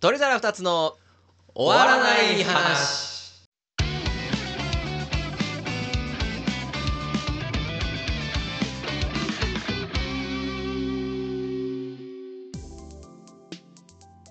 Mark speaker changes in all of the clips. Speaker 1: 鳥皿二つの終わらない話。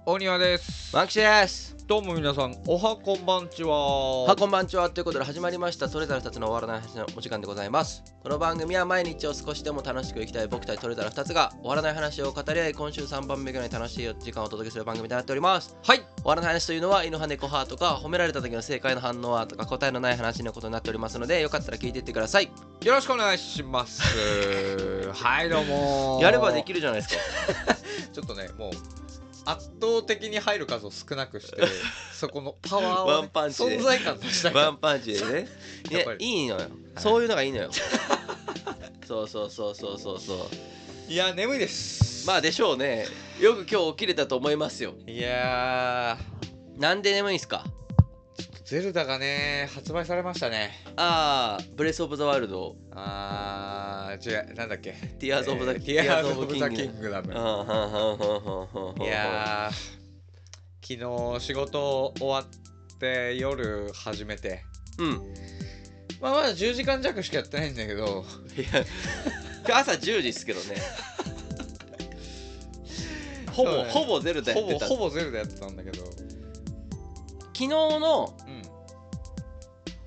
Speaker 2: 大庭です
Speaker 1: マキシです。
Speaker 2: どうも皆さんおはこんばんちは
Speaker 1: はこんばんちはということで始まりました。それぞれ二つの終わらない話のお時間でございます。この番組は毎日を少しでも楽しく生きたい僕たちそれぞれ二つが終わらない話を語り合い、今週三番目ぐらいに楽しい時間をお届けする番組となっております。
Speaker 2: はい
Speaker 1: 終わらない話というのは犬派猫派とか褒められた時の正解の反応はとか答えのない話のことになっておりますのでよかったら聞いていってください
Speaker 2: よろしくお願いします はいどうも
Speaker 1: やればでき
Speaker 2: る
Speaker 1: るじゃないですか
Speaker 2: ちょっとねもう圧倒的に入る数を少なくしてそこのパワーを、ね、
Speaker 1: ワンパンチで
Speaker 2: 存在感としたい
Speaker 1: ワンパンチでねい
Speaker 2: やっ
Speaker 1: や
Speaker 2: ぱり
Speaker 1: いいのよ、そういうのがいいの よそうそうそうそうそうそう
Speaker 2: いや眠いです
Speaker 1: まあでしょうねよく今日起きれたと思いますよ
Speaker 2: いや
Speaker 1: なんで眠いんすか
Speaker 2: ーゼルダがね発売されましたね
Speaker 1: ああブレス・オブ・ザ・ワイルド
Speaker 2: あー違うなんだっけ
Speaker 1: ティアーズ・オブ・ザ・
Speaker 2: えー
Speaker 1: キ
Speaker 2: テ
Speaker 1: ング
Speaker 2: ィアーズ・オブ・ザ・キングダム
Speaker 1: うんうんうんうんうんうん
Speaker 2: いやー昨日仕事終わって夜始めて
Speaker 1: うん
Speaker 2: まあまだ10時間弱しかやってないんだけど
Speaker 1: いや今日朝10時っすけど ねほぼ、
Speaker 2: そうね
Speaker 1: ほぼゼルダや
Speaker 2: ほ
Speaker 1: って
Speaker 2: ぼ
Speaker 1: た
Speaker 2: ほぼゼルダやってたんだけど
Speaker 1: 昨日の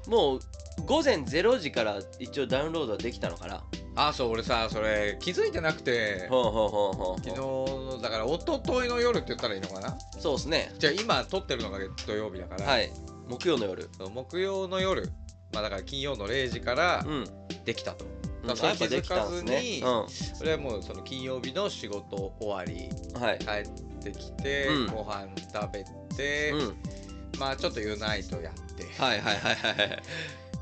Speaker 2: うん
Speaker 1: もう午前0時から一応ダウンロードはできたのかな
Speaker 2: あそう俺さそれ気づいてなくて
Speaker 1: ほうほうほうほう
Speaker 2: 昨日のだから一昨日の夜って言ったらいいのかな
Speaker 1: そうですね
Speaker 2: じゃあ今撮ってるのが土曜日だから、
Speaker 1: はい木曜の夜
Speaker 2: そう木曜の夜まあだから金曜の0時から
Speaker 1: うん、うん、
Speaker 2: できたと、
Speaker 1: や
Speaker 2: だ
Speaker 1: っ
Speaker 2: から
Speaker 1: ぱ
Speaker 2: それ
Speaker 1: できたんです
Speaker 2: 気づ
Speaker 1: ね、う
Speaker 2: それはもうその金曜日の仕事終わり
Speaker 1: ん、はい、
Speaker 2: 帰ってきて、
Speaker 1: うん
Speaker 2: ご飯食べて、
Speaker 1: うん、
Speaker 2: まあちょっとユナイトやって
Speaker 1: はいはいはいはいはい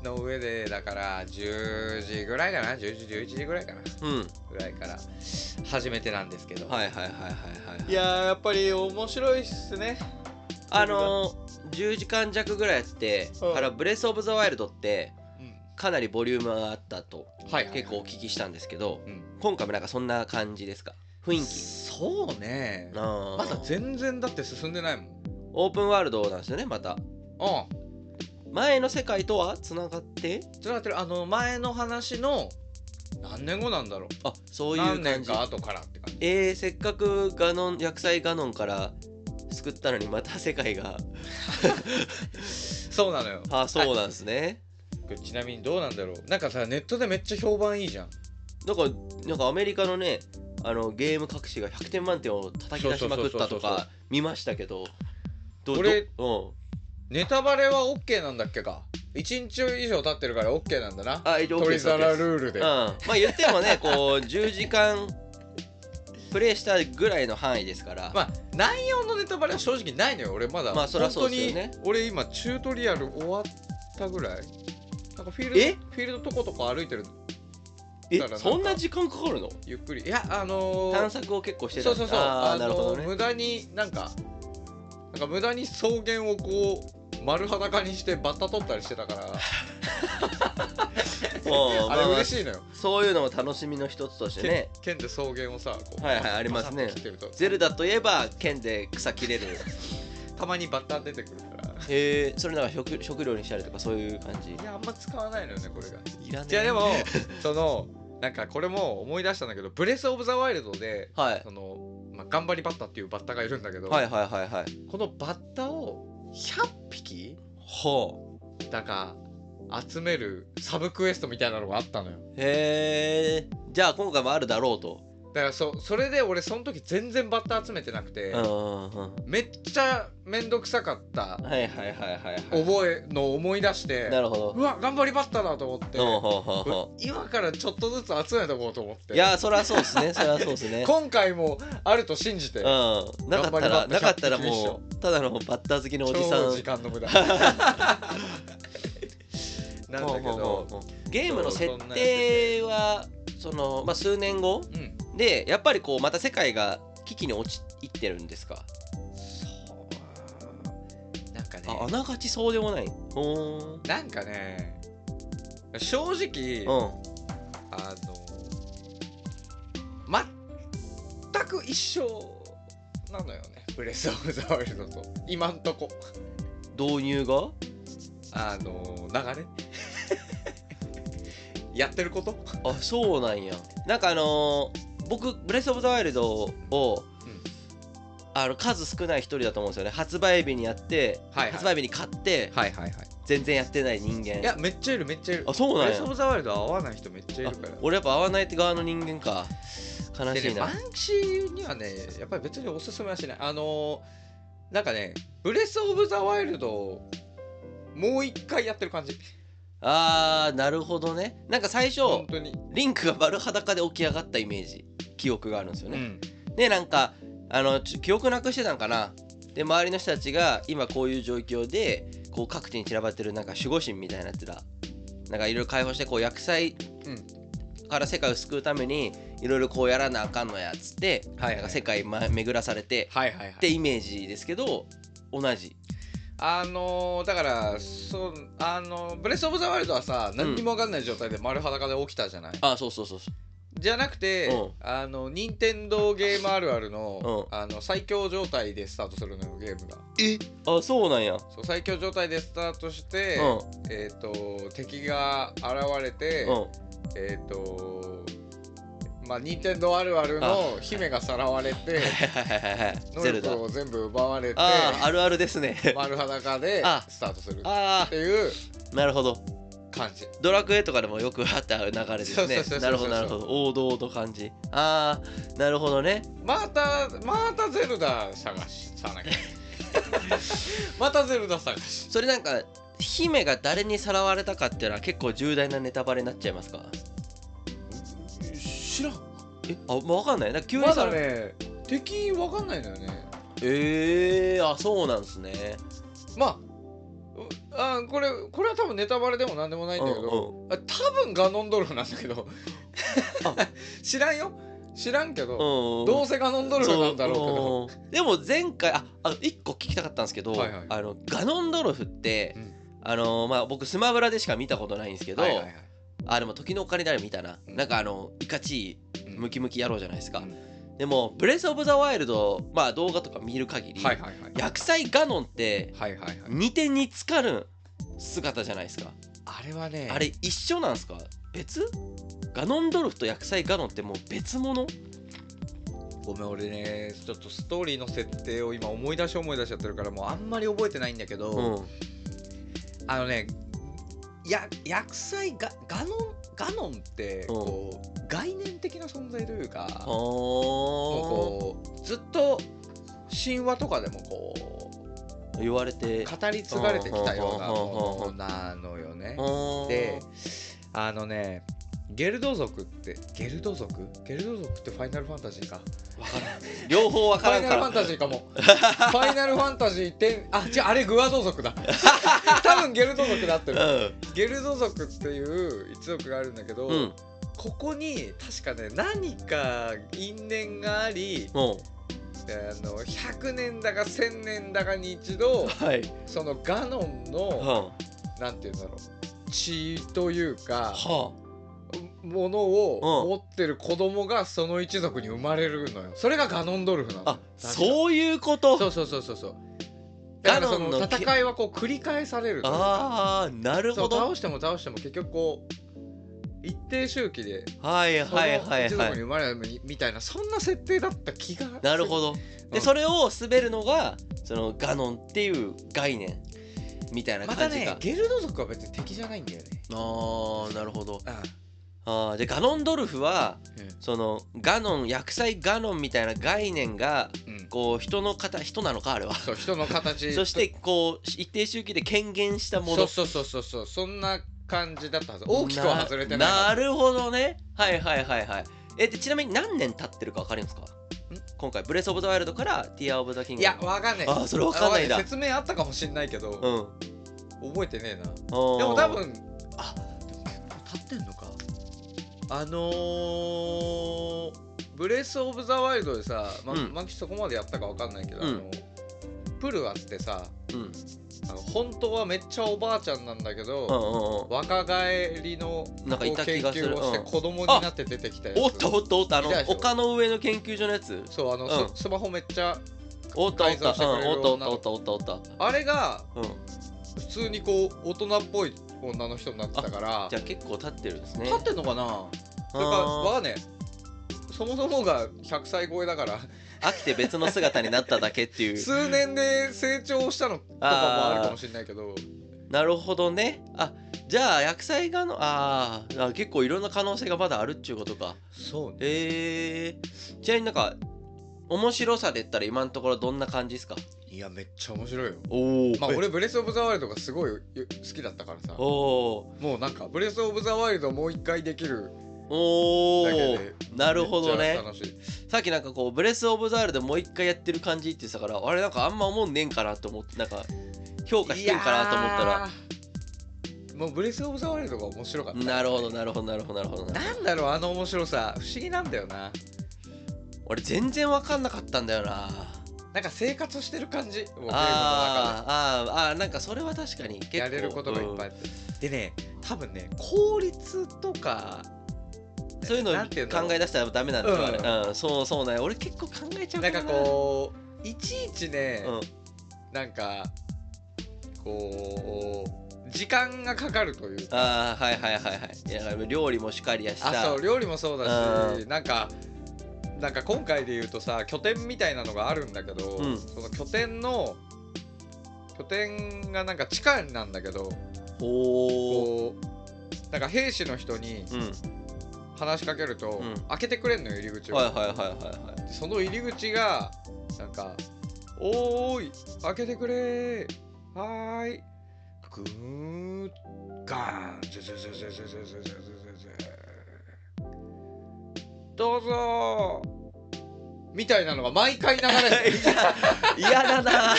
Speaker 2: の上でだから10時ぐらいかな10時11時ぐらいかな
Speaker 1: うん
Speaker 2: ぐらいから初めてなんですけど、
Speaker 1: はいはいはいはいはい
Speaker 2: いやーやっぱり面白いっすね
Speaker 1: あのー、10時間弱ぐらいやって
Speaker 2: うん
Speaker 1: からブレス・オブ・ザ・ワイルドって
Speaker 2: うん
Speaker 1: かなりボリュームがあったと
Speaker 2: はい
Speaker 1: 結構お聞きしたんですけど
Speaker 2: うん
Speaker 1: 今回もなんかそんな感じですか雰囲気
Speaker 2: そうね
Speaker 1: ま
Speaker 2: まだ全然だって進んでないもん
Speaker 1: オープンワールドなんですよねまた
Speaker 2: う
Speaker 1: 前の世界とはつながって
Speaker 2: んつながってるあの前の話の何年後なんだろう
Speaker 1: あそういう
Speaker 2: 何
Speaker 1: 感
Speaker 2: 年
Speaker 1: じ
Speaker 2: か後からって感じ
Speaker 1: えー、せっかくガノン薬剤ガノンから救ったのにまた世界 が
Speaker 2: そうなのよ
Speaker 1: あそうなんですね、
Speaker 2: これちなみにどうなんだろうなんかさネットでめっちゃ評判いいじゃん
Speaker 1: なんかなんかアメリカのねあのゲーム隠しが100点満点を叩き出しまくった
Speaker 2: そ
Speaker 1: と
Speaker 2: うそうそうそうそう
Speaker 1: か見ましたけどど
Speaker 2: 俺
Speaker 1: ど
Speaker 2: ネタバレは OK なんだっけか1日以上経ってるから OK なんだな
Speaker 1: うんあ一応 OK
Speaker 2: 鳥
Speaker 1: です OK
Speaker 2: 皿
Speaker 1: です
Speaker 2: ルール
Speaker 1: う
Speaker 2: で
Speaker 1: ん、まあ言ってもねこう10時間プレイしたぐらいの範囲ですから、
Speaker 2: まあ内容のネタバレは正直ないのよ俺まだ、
Speaker 1: まあそりゃそうですよね
Speaker 2: 本当に俺今チュートリアル終わったぐらいなんかフィール
Speaker 1: え
Speaker 2: ドフィールドとことか歩いてる
Speaker 1: え
Speaker 2: だからなんか
Speaker 1: そんな時間かかるの
Speaker 2: ゆっくりいやあのー
Speaker 1: 探索を結構してた
Speaker 2: そうそうそう
Speaker 1: あ
Speaker 2: あ
Speaker 1: ーなるほ
Speaker 2: の
Speaker 1: ど
Speaker 2: ー
Speaker 1: ね
Speaker 2: 無駄になんかなんか無駄に草原をこう丸裸にしてバッタ取ったりしてたから
Speaker 1: うん
Speaker 2: あ
Speaker 1: まあ
Speaker 2: れ
Speaker 1: まあ
Speaker 2: 嬉しいのよ
Speaker 1: そういうのも楽しみの一つとしてね
Speaker 2: 剣で草原をさこう
Speaker 1: はいはいありますね
Speaker 2: バサッと切ってる
Speaker 1: ゼルダといえば剣で草切れる
Speaker 2: とたまにバッタ出てくるから
Speaker 1: へえそれなんか食食料にしたりとかそういう感じ
Speaker 2: いやあんま使わないのよねこれ
Speaker 1: い
Speaker 2: が
Speaker 1: らねえ
Speaker 2: いや でもそのなんかこれも思い出したんだけど「ブレス・オブ・ザ・ワイルドで」
Speaker 1: はい
Speaker 2: その、まあ、頑張りバッタっていうバッタがいるんだけど、
Speaker 1: はいはいはいはい
Speaker 2: このバッタを100匹
Speaker 1: ほ
Speaker 2: だか集めるサブクエストみたいなのがあったのよ
Speaker 1: うへえじゃあ今回もあるだろうと
Speaker 2: だからそそれで俺その時全然バッタ集めてなくて、
Speaker 1: うんうんうん
Speaker 2: めっちゃめんどくさかった
Speaker 1: はいはいはいはいは
Speaker 2: 覚えのを思い出して
Speaker 1: いなるほど
Speaker 2: うわ頑張りバッタだと思って
Speaker 1: ほうほうほうほう
Speaker 2: 今からちょっとずつ集めておこうと思って
Speaker 1: いやーそりゃそうですねそりゃそうですね
Speaker 2: 今回もあると信じて
Speaker 1: うんなかった
Speaker 2: 頑張
Speaker 1: ら
Speaker 2: りバッタ
Speaker 1: なかったら
Speaker 2: 100
Speaker 1: もうただのバッター好きのおじさん
Speaker 2: 超時間の無駄 なんだけど
Speaker 1: ゲームの設定はその、まあ、数年後
Speaker 2: うん
Speaker 1: でやっぱりこうまた世界が危機に落ちいってるんですか
Speaker 2: そうなんか
Speaker 1: ああ
Speaker 2: ね
Speaker 1: ながちそうでもないほーん
Speaker 2: なんかね正直、
Speaker 1: う
Speaker 2: あ
Speaker 1: ん
Speaker 2: の全く一緒なのよねブレス・オブ・ザ・ワイルドと今んとこ
Speaker 1: 導入が
Speaker 2: あのー流れ やってること
Speaker 1: あそうなんやなんかあのー僕「ブレス・オブ・ザ・ワイルドを」
Speaker 2: うん
Speaker 1: あの数少ない一人だと思うんですよね発売日にやって、
Speaker 2: はいはい
Speaker 1: 発売日に買って、
Speaker 2: はいはいはい
Speaker 1: 全然やってない人間
Speaker 2: いやめっちゃいるめっちゃいる
Speaker 1: あそう
Speaker 2: ブ
Speaker 1: なん
Speaker 2: レ
Speaker 1: や
Speaker 2: ス・オブ・ザ・ワイルド合わない人めっちゃいるから
Speaker 1: あ俺やっぱ合わない側の人間か悲
Speaker 2: で
Speaker 1: しい
Speaker 2: ねバ
Speaker 1: な
Speaker 2: ンクシーにはねやっぱり別におすすめはしないあのーなんかねブレス・オブ・ザ・ワイルドをもう一回やってる感じ
Speaker 1: あーなるほどねなんか最初
Speaker 2: 本当に、
Speaker 1: リンクが丸裸で起き上がったイメージ記憶があるんですよ
Speaker 2: う
Speaker 1: ね、
Speaker 2: ん
Speaker 1: でなんかあのちょ記憶なくしてたんかなで周りの人たちが今こういう状況でこう各地に散らばってるなんか守護神みたいなやつらなんかいろいろ解放してこう薬剤
Speaker 2: うん
Speaker 1: から世界を救うためにいろいろこうやらなあかんのやっつって、
Speaker 2: はいは
Speaker 1: な
Speaker 2: い
Speaker 1: んか世界、ま、巡らされて、
Speaker 2: はいはいはい
Speaker 1: ってイメージですけど同じ
Speaker 2: あのーだからそうあのーブレス・オブ・ザ・ワイルドはさ何にも分かんない状態で丸裸で起きたじゃない、
Speaker 1: あそうそうそうそう
Speaker 2: じゃなくて、
Speaker 1: うん
Speaker 2: あの任天堂ゲームあるあるの,、
Speaker 1: う
Speaker 2: あの最強状態でスタートするのよゲームが
Speaker 1: あそうなんや、
Speaker 2: そう最強状態でスタートして、えっ、と敵が現れて、
Speaker 1: うんうん
Speaker 2: えっ、とまあ任天堂あるあるの姫がさらわれ て
Speaker 1: はいはいはいはい
Speaker 2: 能
Speaker 1: ゼルダ
Speaker 2: 力を全部奪われて
Speaker 1: あああるあるです ね
Speaker 2: 丸裸で
Speaker 1: あ
Speaker 2: スタートするっ
Speaker 1: あ
Speaker 2: ていう
Speaker 1: あなるほど
Speaker 2: 感じ
Speaker 1: ドラクエとかでもよくあった流れです
Speaker 2: そうそうそ
Speaker 1: ね
Speaker 2: うそうそう
Speaker 1: なるほどなるほど王道と感じああなるほどね
Speaker 2: またまたゼルダ探しさなきゃ またゼルダ探し
Speaker 1: それなんか姫が誰にさらわれたかっていうのは結構重大なネタバレになっちゃいますか
Speaker 2: 知らん
Speaker 1: えあもう分かんないなんか急に
Speaker 2: ま
Speaker 1: さ
Speaker 2: だ
Speaker 1: ら、
Speaker 2: ね敵わかんないのよね
Speaker 1: ええー、あそうなんですね
Speaker 2: まあうあこれこれは多分ネタバレでも何でもないんだけど、
Speaker 1: うん
Speaker 2: あ多分ガノンドルフなんだけど
Speaker 1: あ
Speaker 2: 知らんよ知らんけど、
Speaker 1: うん
Speaker 2: どうせガノンドルフなんだろ
Speaker 1: そううんでも前回ああ1個聞きたかったんですけど、
Speaker 2: はいはい
Speaker 1: あのガノンドルフって、
Speaker 2: うん
Speaker 1: あのまあ、僕スマブラでしか見たことないんですけ
Speaker 2: うけ
Speaker 1: ど、
Speaker 2: ど、はいはいはい
Speaker 1: あでも時のオカリナで見たな、
Speaker 2: うん
Speaker 1: なんかあのいかちい
Speaker 2: うん
Speaker 1: ムキムキ野郎じゃないですか、
Speaker 2: うん
Speaker 1: でも「ブレス・オブ・ザ・ワイルド」まあ動画とか見る限り、
Speaker 2: はいはいはい
Speaker 1: 薬剤ガノンって
Speaker 2: はいはいはい
Speaker 1: 似て似つかる姿じゃないですか、
Speaker 2: あれはね
Speaker 1: あれ一緒なんですか別ガノンドルフと薬剤ガノンってもう別物
Speaker 2: ごめん俺ねちょっとストーリーの設定を今思い出し思い出しちゃってるからもうあんまり覚えてないんだけど、
Speaker 1: うん
Speaker 2: あのねや薬剤がガノンガノンって
Speaker 1: うん
Speaker 2: こう、概念的な存在というか、
Speaker 1: あー
Speaker 2: もうこうずっと神話とかでもこう
Speaker 1: 言われて
Speaker 2: 語り継がれてきたような
Speaker 1: うん
Speaker 2: ものなのよね。で
Speaker 1: で
Speaker 2: あのねゲルド族ってゲルド族ゲルド族ってファイナルファンタジーか
Speaker 1: 両方わ
Speaker 2: フ
Speaker 1: から
Speaker 2: ァイ
Speaker 1: ん
Speaker 2: ナ
Speaker 1: か
Speaker 2: ルファ
Speaker 1: ら
Speaker 2: ンタジーかもファイナルファンタジーってあ違うあれグアド 族だ多分ゲルド族だってるゲルド族っていう一族があるんだけど、
Speaker 1: うんうん
Speaker 2: ここに確かね何か因縁があり
Speaker 1: うん
Speaker 2: あの100年だか1000年だかに一度
Speaker 1: はい
Speaker 2: そのガノン
Speaker 1: うん
Speaker 2: の
Speaker 1: は
Speaker 2: なんて言うんだろう血というか
Speaker 1: あ
Speaker 2: ものを
Speaker 1: うん
Speaker 2: 持ってる子供がその一族に生まれるのよそれがガノンドルフなの
Speaker 1: あ
Speaker 2: よう
Speaker 1: そういうこと
Speaker 2: そうそうそうそうそうだからそ
Speaker 1: ガノ
Speaker 2: の
Speaker 1: ンのけ
Speaker 2: 戦いはこう繰り返されるというか
Speaker 1: ああなる
Speaker 2: そ
Speaker 1: ほ
Speaker 2: う
Speaker 1: ど
Speaker 2: 倒しても倒しても結局こう一定周期で
Speaker 1: はい
Speaker 2: その
Speaker 1: はいはい
Speaker 2: 一
Speaker 1: は
Speaker 2: 族に
Speaker 1: い
Speaker 2: 生まれるみたいなそんな設定だった気がする
Speaker 1: なるほど
Speaker 2: う
Speaker 1: で
Speaker 2: ん
Speaker 1: それを滑るのがそのガノンっていう概念みたいな
Speaker 2: また
Speaker 1: 感じ
Speaker 2: ね
Speaker 1: が
Speaker 2: ゲルド族は別に敵じゃないんだよね
Speaker 1: あーなるほど
Speaker 2: あ
Speaker 1: あーじゃあガノンドルフは
Speaker 2: う
Speaker 1: そのガノン薬剤ガノンみたいな概念が
Speaker 2: ん、うん、
Speaker 1: こう人の方人なのかあれは
Speaker 2: そう人の形
Speaker 1: そしてこう一定周期で権限したも
Speaker 2: そ
Speaker 1: の
Speaker 2: うそうそうそうそうそんな感じだったはず大きくは外れてない
Speaker 1: なるほどねはいはいはいはいえでちなみに何年経ってるか分かりますか今回ブレス・オブ・ザ・ワイルドからティア・オブ・ザ・キング
Speaker 2: いやわかんない
Speaker 1: あーそれわかんないんだ
Speaker 2: わ説明あったかもしんないけど、
Speaker 1: うん
Speaker 2: 覚えてねえな
Speaker 1: あー
Speaker 2: でも多分あでも結構経ってんのかあのーブレス・オブ・ザ・ワイルドでさ、ま
Speaker 1: うん
Speaker 2: マキそこまでやったかわかんないけど、
Speaker 1: うん
Speaker 2: あのプルアってさ
Speaker 1: うんうん
Speaker 2: あの本当はめっちゃおばあちゃんなんだけど、
Speaker 1: うんうん
Speaker 2: 若返りの
Speaker 1: なんかいた気がする
Speaker 2: こう研究をして
Speaker 1: うん
Speaker 2: 子供になって出てきたやつ、
Speaker 1: おっとおっとおっとあの
Speaker 2: いたでしょ
Speaker 1: 丘の上の研究所のやつ
Speaker 2: そうあの、
Speaker 1: うん
Speaker 2: ススマホめっちゃ
Speaker 1: おったおった、
Speaker 2: 改造してく
Speaker 1: う
Speaker 2: れ
Speaker 1: ん、
Speaker 2: る
Speaker 1: おったおったおったおったおった
Speaker 2: あれが
Speaker 1: うん
Speaker 2: 普通にこう大人っぽい女の人になってたから
Speaker 1: じゃあ結構立ってるんですね
Speaker 2: 立ってんのかなだからわ
Speaker 1: あ
Speaker 2: かんねえそもそもが100歳超えだから
Speaker 1: ー飽きて別の姿になっただけっていう
Speaker 2: 数年で成長したのとかもあるかもしれないけど
Speaker 1: なるほどねあじゃあ薬剤がのあーあ結構いろんな可能性がまだあるっちゅうことか
Speaker 2: そうね
Speaker 1: えー、ちなみになんか面白さで言ったら今のところどんな感じですか
Speaker 2: いやめっちゃ面白いよ
Speaker 1: おお
Speaker 2: まあ俺ブレス・オブ・ザ・ワイルドがすごいよ好きだったからさ
Speaker 1: おお
Speaker 2: もうなんかブレス・オブ・ザ・ワイルドもう一回できる
Speaker 1: ーお
Speaker 2: だけ
Speaker 1: ー
Speaker 2: で
Speaker 1: なるほど
Speaker 2: めっ
Speaker 1: ね
Speaker 2: ちゃ楽しい
Speaker 1: さっきなんかこう「ブレス・オブ・ザ・ワイルド」もう一回やってる感じって言ってたからあれなんかあんま思うねんかなと思ってなんか評価してんかなと思ったら
Speaker 2: いやーもうブレス・オブ・ザ・ワイルドが面白かった
Speaker 1: なるほどなるほどなるほどなるほどな
Speaker 2: なんだろうあの面白さ不思議なんだよな
Speaker 1: 俺全然わかんなかったんだよな
Speaker 2: なんか生活してる感じもうゲームの中
Speaker 1: あーあーあーなんかそれは確かに結構
Speaker 2: でやれることがいっぱいあ
Speaker 1: うん
Speaker 2: って、でね多分ね効率とか
Speaker 1: そういうのを
Speaker 2: なんていうんだろう
Speaker 1: 考え出したらダメなんだよ、
Speaker 2: うん
Speaker 1: あれ、うん、そうそうね俺結構考えちゃう
Speaker 2: なんか
Speaker 1: ら
Speaker 2: こういちいちね、
Speaker 1: うん、
Speaker 2: なんかこう時間がかかるというか
Speaker 1: ああはいはいはいはいいや料理もしかりやし
Speaker 2: あ
Speaker 1: た
Speaker 2: そう料理もそうだ
Speaker 1: う
Speaker 2: しなんかなんか今回で言うとさ拠点みたいなのがあるんだけど、
Speaker 1: うん
Speaker 2: その拠点の拠点がなんか地下なんだけど
Speaker 1: おお
Speaker 2: こうなんか兵士の人に
Speaker 1: うんはい
Speaker 2: 話しかけると、
Speaker 1: うん
Speaker 2: 開けてくれんのよ入り口を、
Speaker 1: はいはいはいはい
Speaker 2: その入り口がなんか「おーい開けてくれーはーい」グーガーンズズズズズズズズズズズどうぞーみたいなのが毎回流れ てる
Speaker 1: 嫌だな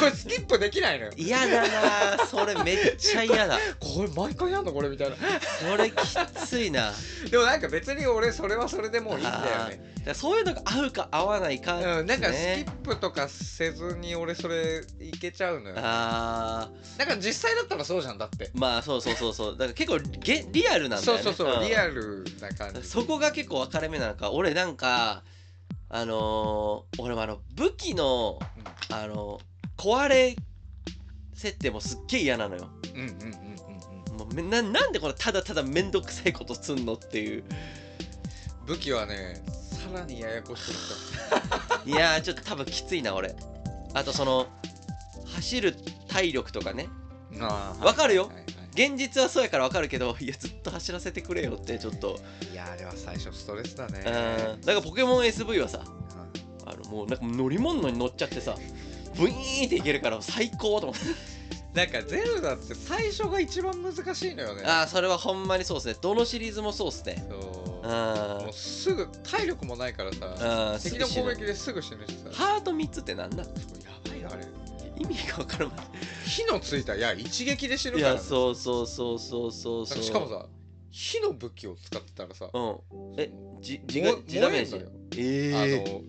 Speaker 2: これスキップできないのよ
Speaker 1: 嫌だなそれめっちゃ嫌だ
Speaker 2: これ毎回やんのこれみたいな
Speaker 1: それきついなだか
Speaker 2: でもなんか別に俺それはそれでもういいんだよね
Speaker 1: らそういうのが合うか合わないかですね、
Speaker 2: うん、なんかスキップとかせずに俺それいけちゃうのよなんか
Speaker 1: あ
Speaker 2: 実際だったらそうじゃんだって
Speaker 1: ーまあそうそうそうそうだから結構げリアルなんだ
Speaker 2: そ
Speaker 1: よ
Speaker 2: う
Speaker 1: ね
Speaker 2: そうそう、
Speaker 1: ん
Speaker 2: リアルな感じ
Speaker 1: そこが結構分かれ目なのか俺なんかあのー俺もあの武器の
Speaker 2: うん
Speaker 1: あの壊れ設定もすっげえ嫌なのよ
Speaker 2: うんうんうんうん
Speaker 1: もうめななんでこれただただ面倒くさいことすんのっていう
Speaker 2: うん武器はねさらにややこしくなっ
Speaker 1: いやーちょっと多分きついな俺あとその走る体力とかね
Speaker 2: たあー
Speaker 1: わかるよ
Speaker 2: はいはいは
Speaker 1: 現実はそうやから分かるけどい やずっと走らせてくれよってちょっと
Speaker 2: いいやあれは最初ストレスだ
Speaker 1: う
Speaker 2: ね
Speaker 1: んなんかポケモン SV はさ
Speaker 2: うん
Speaker 1: あのもうなんか乗り物に乗っちゃってさブイーンっていけるから最高と思って
Speaker 2: なんかゼルダって最初が一番難しいのよね
Speaker 1: ああそれはほんまにそうっすねどのシリーズもそうっすね
Speaker 2: そう
Speaker 1: うん
Speaker 2: もうすぐ体力もないからさ
Speaker 1: うんす
Speaker 2: 敵
Speaker 1: ぐ
Speaker 2: の
Speaker 1: 死
Speaker 2: 攻
Speaker 1: ぬ
Speaker 2: 撃ですぐ死ぬしさ
Speaker 1: ハート3つってなんなん
Speaker 2: そうやばいよあれ
Speaker 1: 意味が分からない
Speaker 2: 火のついた矢一撃で死ぬ
Speaker 1: い
Speaker 2: から
Speaker 1: や
Speaker 2: ね
Speaker 1: そうそうそうそうそう
Speaker 2: な
Speaker 1: そ
Speaker 2: ん
Speaker 1: う
Speaker 2: かしかもさ火の武器を使ってたらさ
Speaker 1: うんえじ自
Speaker 2: 燃
Speaker 1: 我自ダメ
Speaker 2: 燃え
Speaker 1: ー
Speaker 2: ん
Speaker 1: ジええ
Speaker 2: のよ、あの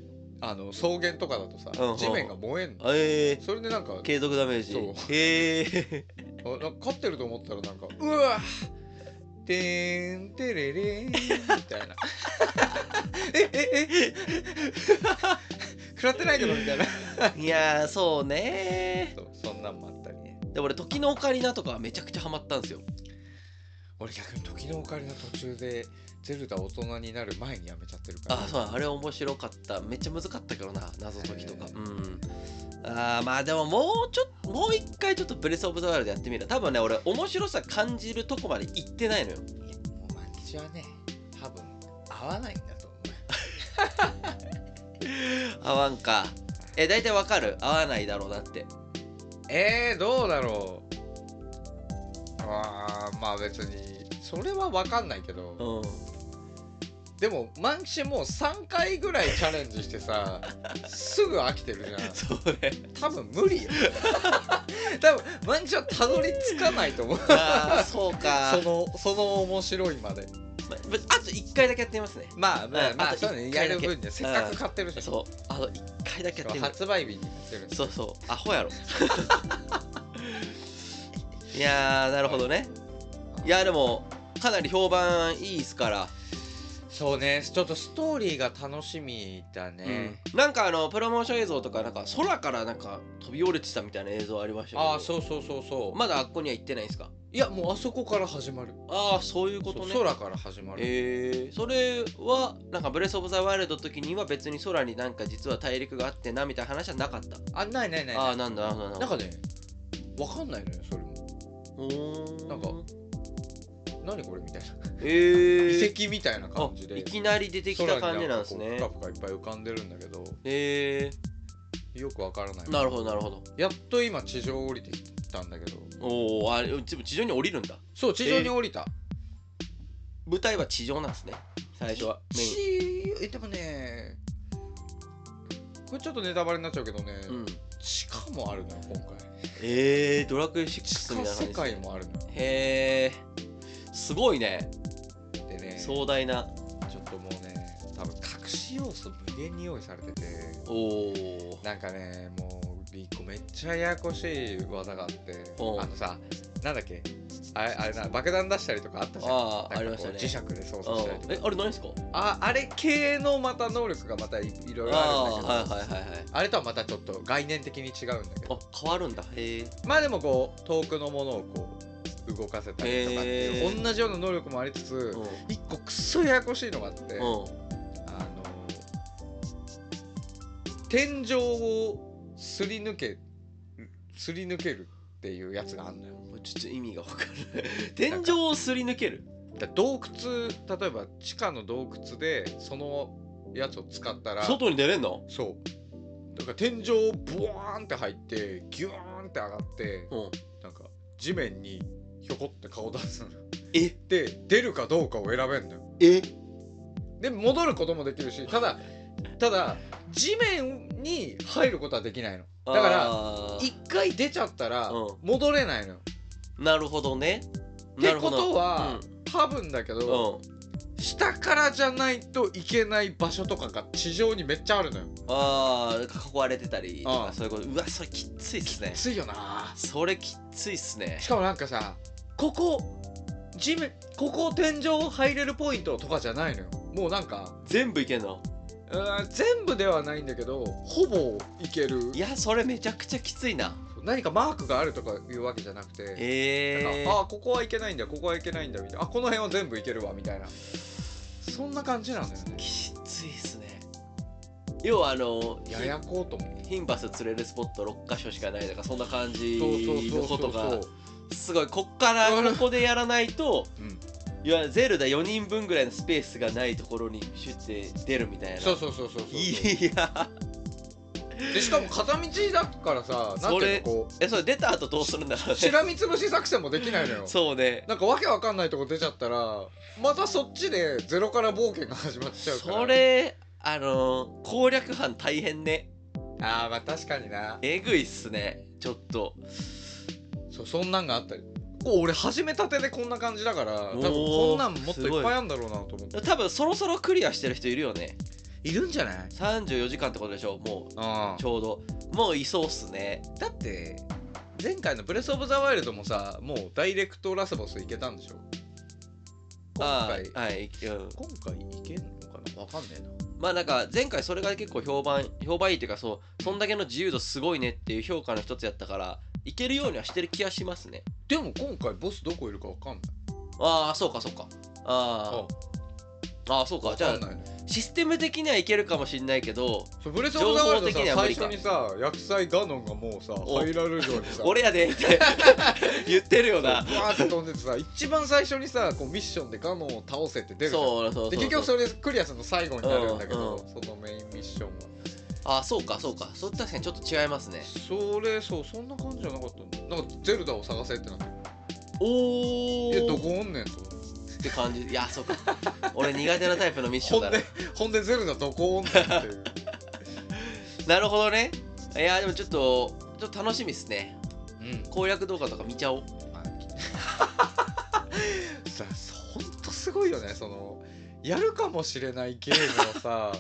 Speaker 2: あの草原とかだとさ、
Speaker 1: うんうん
Speaker 2: 地面が燃えんの
Speaker 1: ええ
Speaker 2: それでなんか
Speaker 1: 継続ダメージ
Speaker 2: そう
Speaker 1: ええ
Speaker 2: あなんか勝ってると思ったらなんかうわてーんてれれーんみたいなえええ食らってないけどみたいな
Speaker 1: いやーそうね
Speaker 2: そうそんなんもあったりね
Speaker 1: で俺時のオカリナとかはめちゃくちゃハマったんですよ
Speaker 2: 俺逆に時のオカリナ途中でゼルダ大人になる前にやめちゃってるから
Speaker 1: あそうあれ面白かっためっちゃ難かったけどな謎解きとか
Speaker 2: へ
Speaker 1: うんあーまあでももうちょっともう一回ちょっとブレス・オブ・ザ・ワールドやってみる多分ね俺面白さ感じるとこまで行ってないのよ
Speaker 2: いやもうマッチはね多分合わないんだと思う
Speaker 1: 合わんかえ大体わかる合わないだろうなって
Speaker 2: えー、どうだろうあーまあ別にそれは分かんないけど、
Speaker 1: うん
Speaker 2: でもマンチもう3回ぐらいチャレンジしてさすぐ飽きてるじゃん
Speaker 1: それ
Speaker 2: 多分無理よ 多分マンチはたどり着かないと思う
Speaker 1: あーそうか
Speaker 2: そのその面白いまで
Speaker 1: まあと一回だけやってみますね
Speaker 2: まあまあ
Speaker 1: うん
Speaker 2: ま
Speaker 1: あ
Speaker 2: あ
Speaker 1: と
Speaker 2: そうね
Speaker 1: 一回だ
Speaker 2: やる
Speaker 1: け
Speaker 2: 分にはせっかく買ってるし
Speaker 1: そうあと一回だけやってみる
Speaker 2: 発売日に買ってる
Speaker 1: そうそうアホやろ いやーなるほどねいやでもかなり評判いいっすから
Speaker 2: そうねちょっとストーリーが楽しみだね、
Speaker 1: なんかあのプロモーション映像とかなんか空からなんか飛び降りてたみたいな映像ありましたけど
Speaker 2: ああそうそうそうそう、
Speaker 1: まだあっこには行ってないんですか
Speaker 2: いやもうあそこから始まる
Speaker 1: ああそういうことね
Speaker 2: そう空から始まる、
Speaker 1: えー、それはなんかブレス・オブ・ザ・ワイルドの時には別に空になんか実は大陸があってなみたいな話はなかった
Speaker 2: あないないないない
Speaker 1: ああなんだなんだなんだ
Speaker 2: なんかねわかんないのよそれも
Speaker 1: おー
Speaker 2: なんか何これみたいな、
Speaker 1: えー、
Speaker 2: 遺跡みたいな感じ
Speaker 1: あ
Speaker 2: で
Speaker 1: いきなり出てきた感じなんです
Speaker 2: 空に
Speaker 1: ね
Speaker 2: なんかこうぷかぷかいっぱい浮かんでるんだけど
Speaker 1: え
Speaker 2: よくわからない
Speaker 1: ー、なるほどなるほど
Speaker 2: やっと今地上降りてきたんだけど
Speaker 1: おおあれ地上に降りるんだ
Speaker 2: そう地上に降りた、
Speaker 1: 舞台は地上なんですね最初はメイン
Speaker 2: 地えでもねこれちょっとネタバレになっちゃうけどね、
Speaker 1: うん、
Speaker 2: 地下もあるのよ今回
Speaker 1: えー、ドラクエ
Speaker 2: 地
Speaker 1: 6み
Speaker 2: 下
Speaker 1: たいな感じ
Speaker 2: 世
Speaker 1: です、
Speaker 2: 界
Speaker 1: ね、
Speaker 2: もあるのよ
Speaker 1: へえすごいね
Speaker 2: でね
Speaker 1: 壮大な
Speaker 2: ちょっともうね多分隠し要素無限に用意されてて
Speaker 1: おお
Speaker 2: なんかねもう一個めっちゃややこしい技があって
Speaker 1: おう
Speaker 2: あのさなんだっけあれあれな爆弾出したりとかあったじゃん
Speaker 1: あああ
Speaker 2: な
Speaker 1: り
Speaker 2: ん
Speaker 1: ま
Speaker 2: か
Speaker 1: した
Speaker 2: こう
Speaker 1: ね
Speaker 2: 磁石で操
Speaker 1: う
Speaker 2: 作
Speaker 1: ん
Speaker 2: したりとか
Speaker 1: えあれ何ですか
Speaker 2: ああれ系のまた能力がまたいいろいろあるんだけど
Speaker 1: あーはいはいはいはい
Speaker 2: あれとはまたちょっと概念的に違うんだけど
Speaker 1: あ変わるんだへえ
Speaker 2: まあでもこう遠くのものをこう動かせたりとかってい
Speaker 1: へ
Speaker 2: う
Speaker 1: ー
Speaker 2: 同じような能力もありつつ
Speaker 1: うん
Speaker 2: 一個くっそややこしいのがあってあ
Speaker 1: うん
Speaker 2: の天井をすり抜けすり抜けるっていうやつがあんのよ
Speaker 1: もうちょっと意味がわかる天井をすり抜ける
Speaker 2: だから洞窟例えば地下の洞窟でそのやつを使ったら
Speaker 1: 外に出れんの
Speaker 2: そうだから天井ブワーンって入ってギューンって上がって
Speaker 1: うん
Speaker 2: なんか地面にひょこって顔出すの
Speaker 1: え
Speaker 2: で出るかどうかを選べんのよ
Speaker 1: え
Speaker 2: で戻ることもできるしただただ地面に入ることはできないのだから
Speaker 1: ら
Speaker 2: 一回出ちゃったら
Speaker 1: うん
Speaker 2: 戻れないのよ
Speaker 1: なるほどね
Speaker 2: って
Speaker 1: なる
Speaker 2: こ
Speaker 1: ほど
Speaker 2: とは多分だけ
Speaker 1: う
Speaker 2: ど
Speaker 1: ん、うん、
Speaker 2: 下からじゃないといけない場所とかが地上にめっちゃあるのよ
Speaker 1: あー囲われてたりと
Speaker 2: う
Speaker 1: か
Speaker 2: ん
Speaker 1: そういうことうわそれきっついっすね
Speaker 2: きついよな
Speaker 1: それきっついっすね
Speaker 2: しかもなんかさここ地面ここ天井入れるポイントとかじゃないのよもうなんか
Speaker 1: 全部いけんの
Speaker 2: うーん全部ではないんだけどほぼいける
Speaker 1: いやそれめちゃくちゃきついな
Speaker 2: 何かマークがあるとかいうわけじゃなくてなん
Speaker 1: え
Speaker 2: かあここはいけないんだここはいけないんだみたいなあこの辺は全部いけるわみたいなそんな感じなんだよ
Speaker 1: ー、
Speaker 2: ね
Speaker 1: きついっすね要はあの
Speaker 2: ややこうと思う
Speaker 1: ヒンバス釣れるスポット6箇所しかないとかそんな感じ
Speaker 2: そう
Speaker 1: の
Speaker 2: そ
Speaker 1: こ
Speaker 2: う
Speaker 1: と
Speaker 2: そうそ
Speaker 1: が
Speaker 2: う
Speaker 1: すごいこっから
Speaker 2: あら
Speaker 1: ここでやらないと
Speaker 2: うん
Speaker 1: いわゆるゼルダ4人分ぐらいのスペースがないところにシュッて出るみたいな
Speaker 2: そうそうそうそうそう
Speaker 1: いや
Speaker 2: でしかも片道だからさなんていうのこ
Speaker 1: えそれ出た後どうするんだろう
Speaker 2: う
Speaker 1: ね
Speaker 2: しらみつぶし作戦もできないのよ
Speaker 1: そうね
Speaker 2: なんかわけわかんないとこ出ちゃったらまたそっちでゼロから冒険が始まっちゃうから
Speaker 1: それあのー攻略班大変ね
Speaker 2: あーまあ確かにな
Speaker 1: えぐいっすねちょっと
Speaker 2: そうそんなんがあったりこう俺始めたてでこんな感じだから多分こんなんもっといっぱいあるんだろうなと思って
Speaker 1: 多分そろそろクリアしてる人いるよね
Speaker 2: いるんじゃない
Speaker 1: 34時間ってことでしょも
Speaker 2: あ
Speaker 1: うちょうどもういそうっすね
Speaker 2: だって前回の「ブレス・オブ・ザ・ワイルド」もさもうダイレクトラスボスいけたんでしょ今
Speaker 1: あ
Speaker 2: 回
Speaker 1: あはい、うん、
Speaker 2: 今回いけんのかなわかんねえな
Speaker 1: まあなんか前回それが結構評判評判いいっていうかそうそんだけの自由度すごいねっていう評価の一つやったからいけるようにはしてる気がしますね
Speaker 2: でも今回ボスどこいるかわかんない
Speaker 1: ああそうかそうかあーあーそうか
Speaker 2: わ
Speaker 1: じゃ
Speaker 2: か
Speaker 1: あ
Speaker 2: んないね
Speaker 1: システム的にはいけるかもしんないけど
Speaker 2: そうブレス・オブ・ザ・ワイルド
Speaker 1: 情報的には無理
Speaker 2: さ最
Speaker 1: か
Speaker 2: 初にさ薬剤ガノンがもうさ
Speaker 1: お
Speaker 2: ハイラル城にさ
Speaker 1: 俺やでって 言ってるよ
Speaker 2: ブ
Speaker 1: な
Speaker 2: ワーって飛んでてさ一番最初にさこうミッションでガノンを倒せって出るじゃん
Speaker 1: そうそうそう
Speaker 2: で結局それクリアするの最後になるんだけど、
Speaker 1: うんう
Speaker 2: そのメインミッションは
Speaker 1: ああそうかそうかそれ確かにちょっと違いますね
Speaker 2: それそうそんな感じじゃなかったのなんかゼルダを探せってなって
Speaker 1: お
Speaker 2: えど
Speaker 1: お
Speaker 2: こおんねんと
Speaker 1: って感じいや そうか俺苦手なタイプのミッショ
Speaker 2: ほ
Speaker 1: ンだ
Speaker 2: ん
Speaker 1: な
Speaker 2: でほんでゼルダどこおんねんっていう
Speaker 1: なるほどねいやでもちょっとちょっと楽しみっすね
Speaker 2: うん
Speaker 1: 攻略動画とか見ちゃおう
Speaker 2: さほんとすごいよねそのやるかもしれないゲーム のさ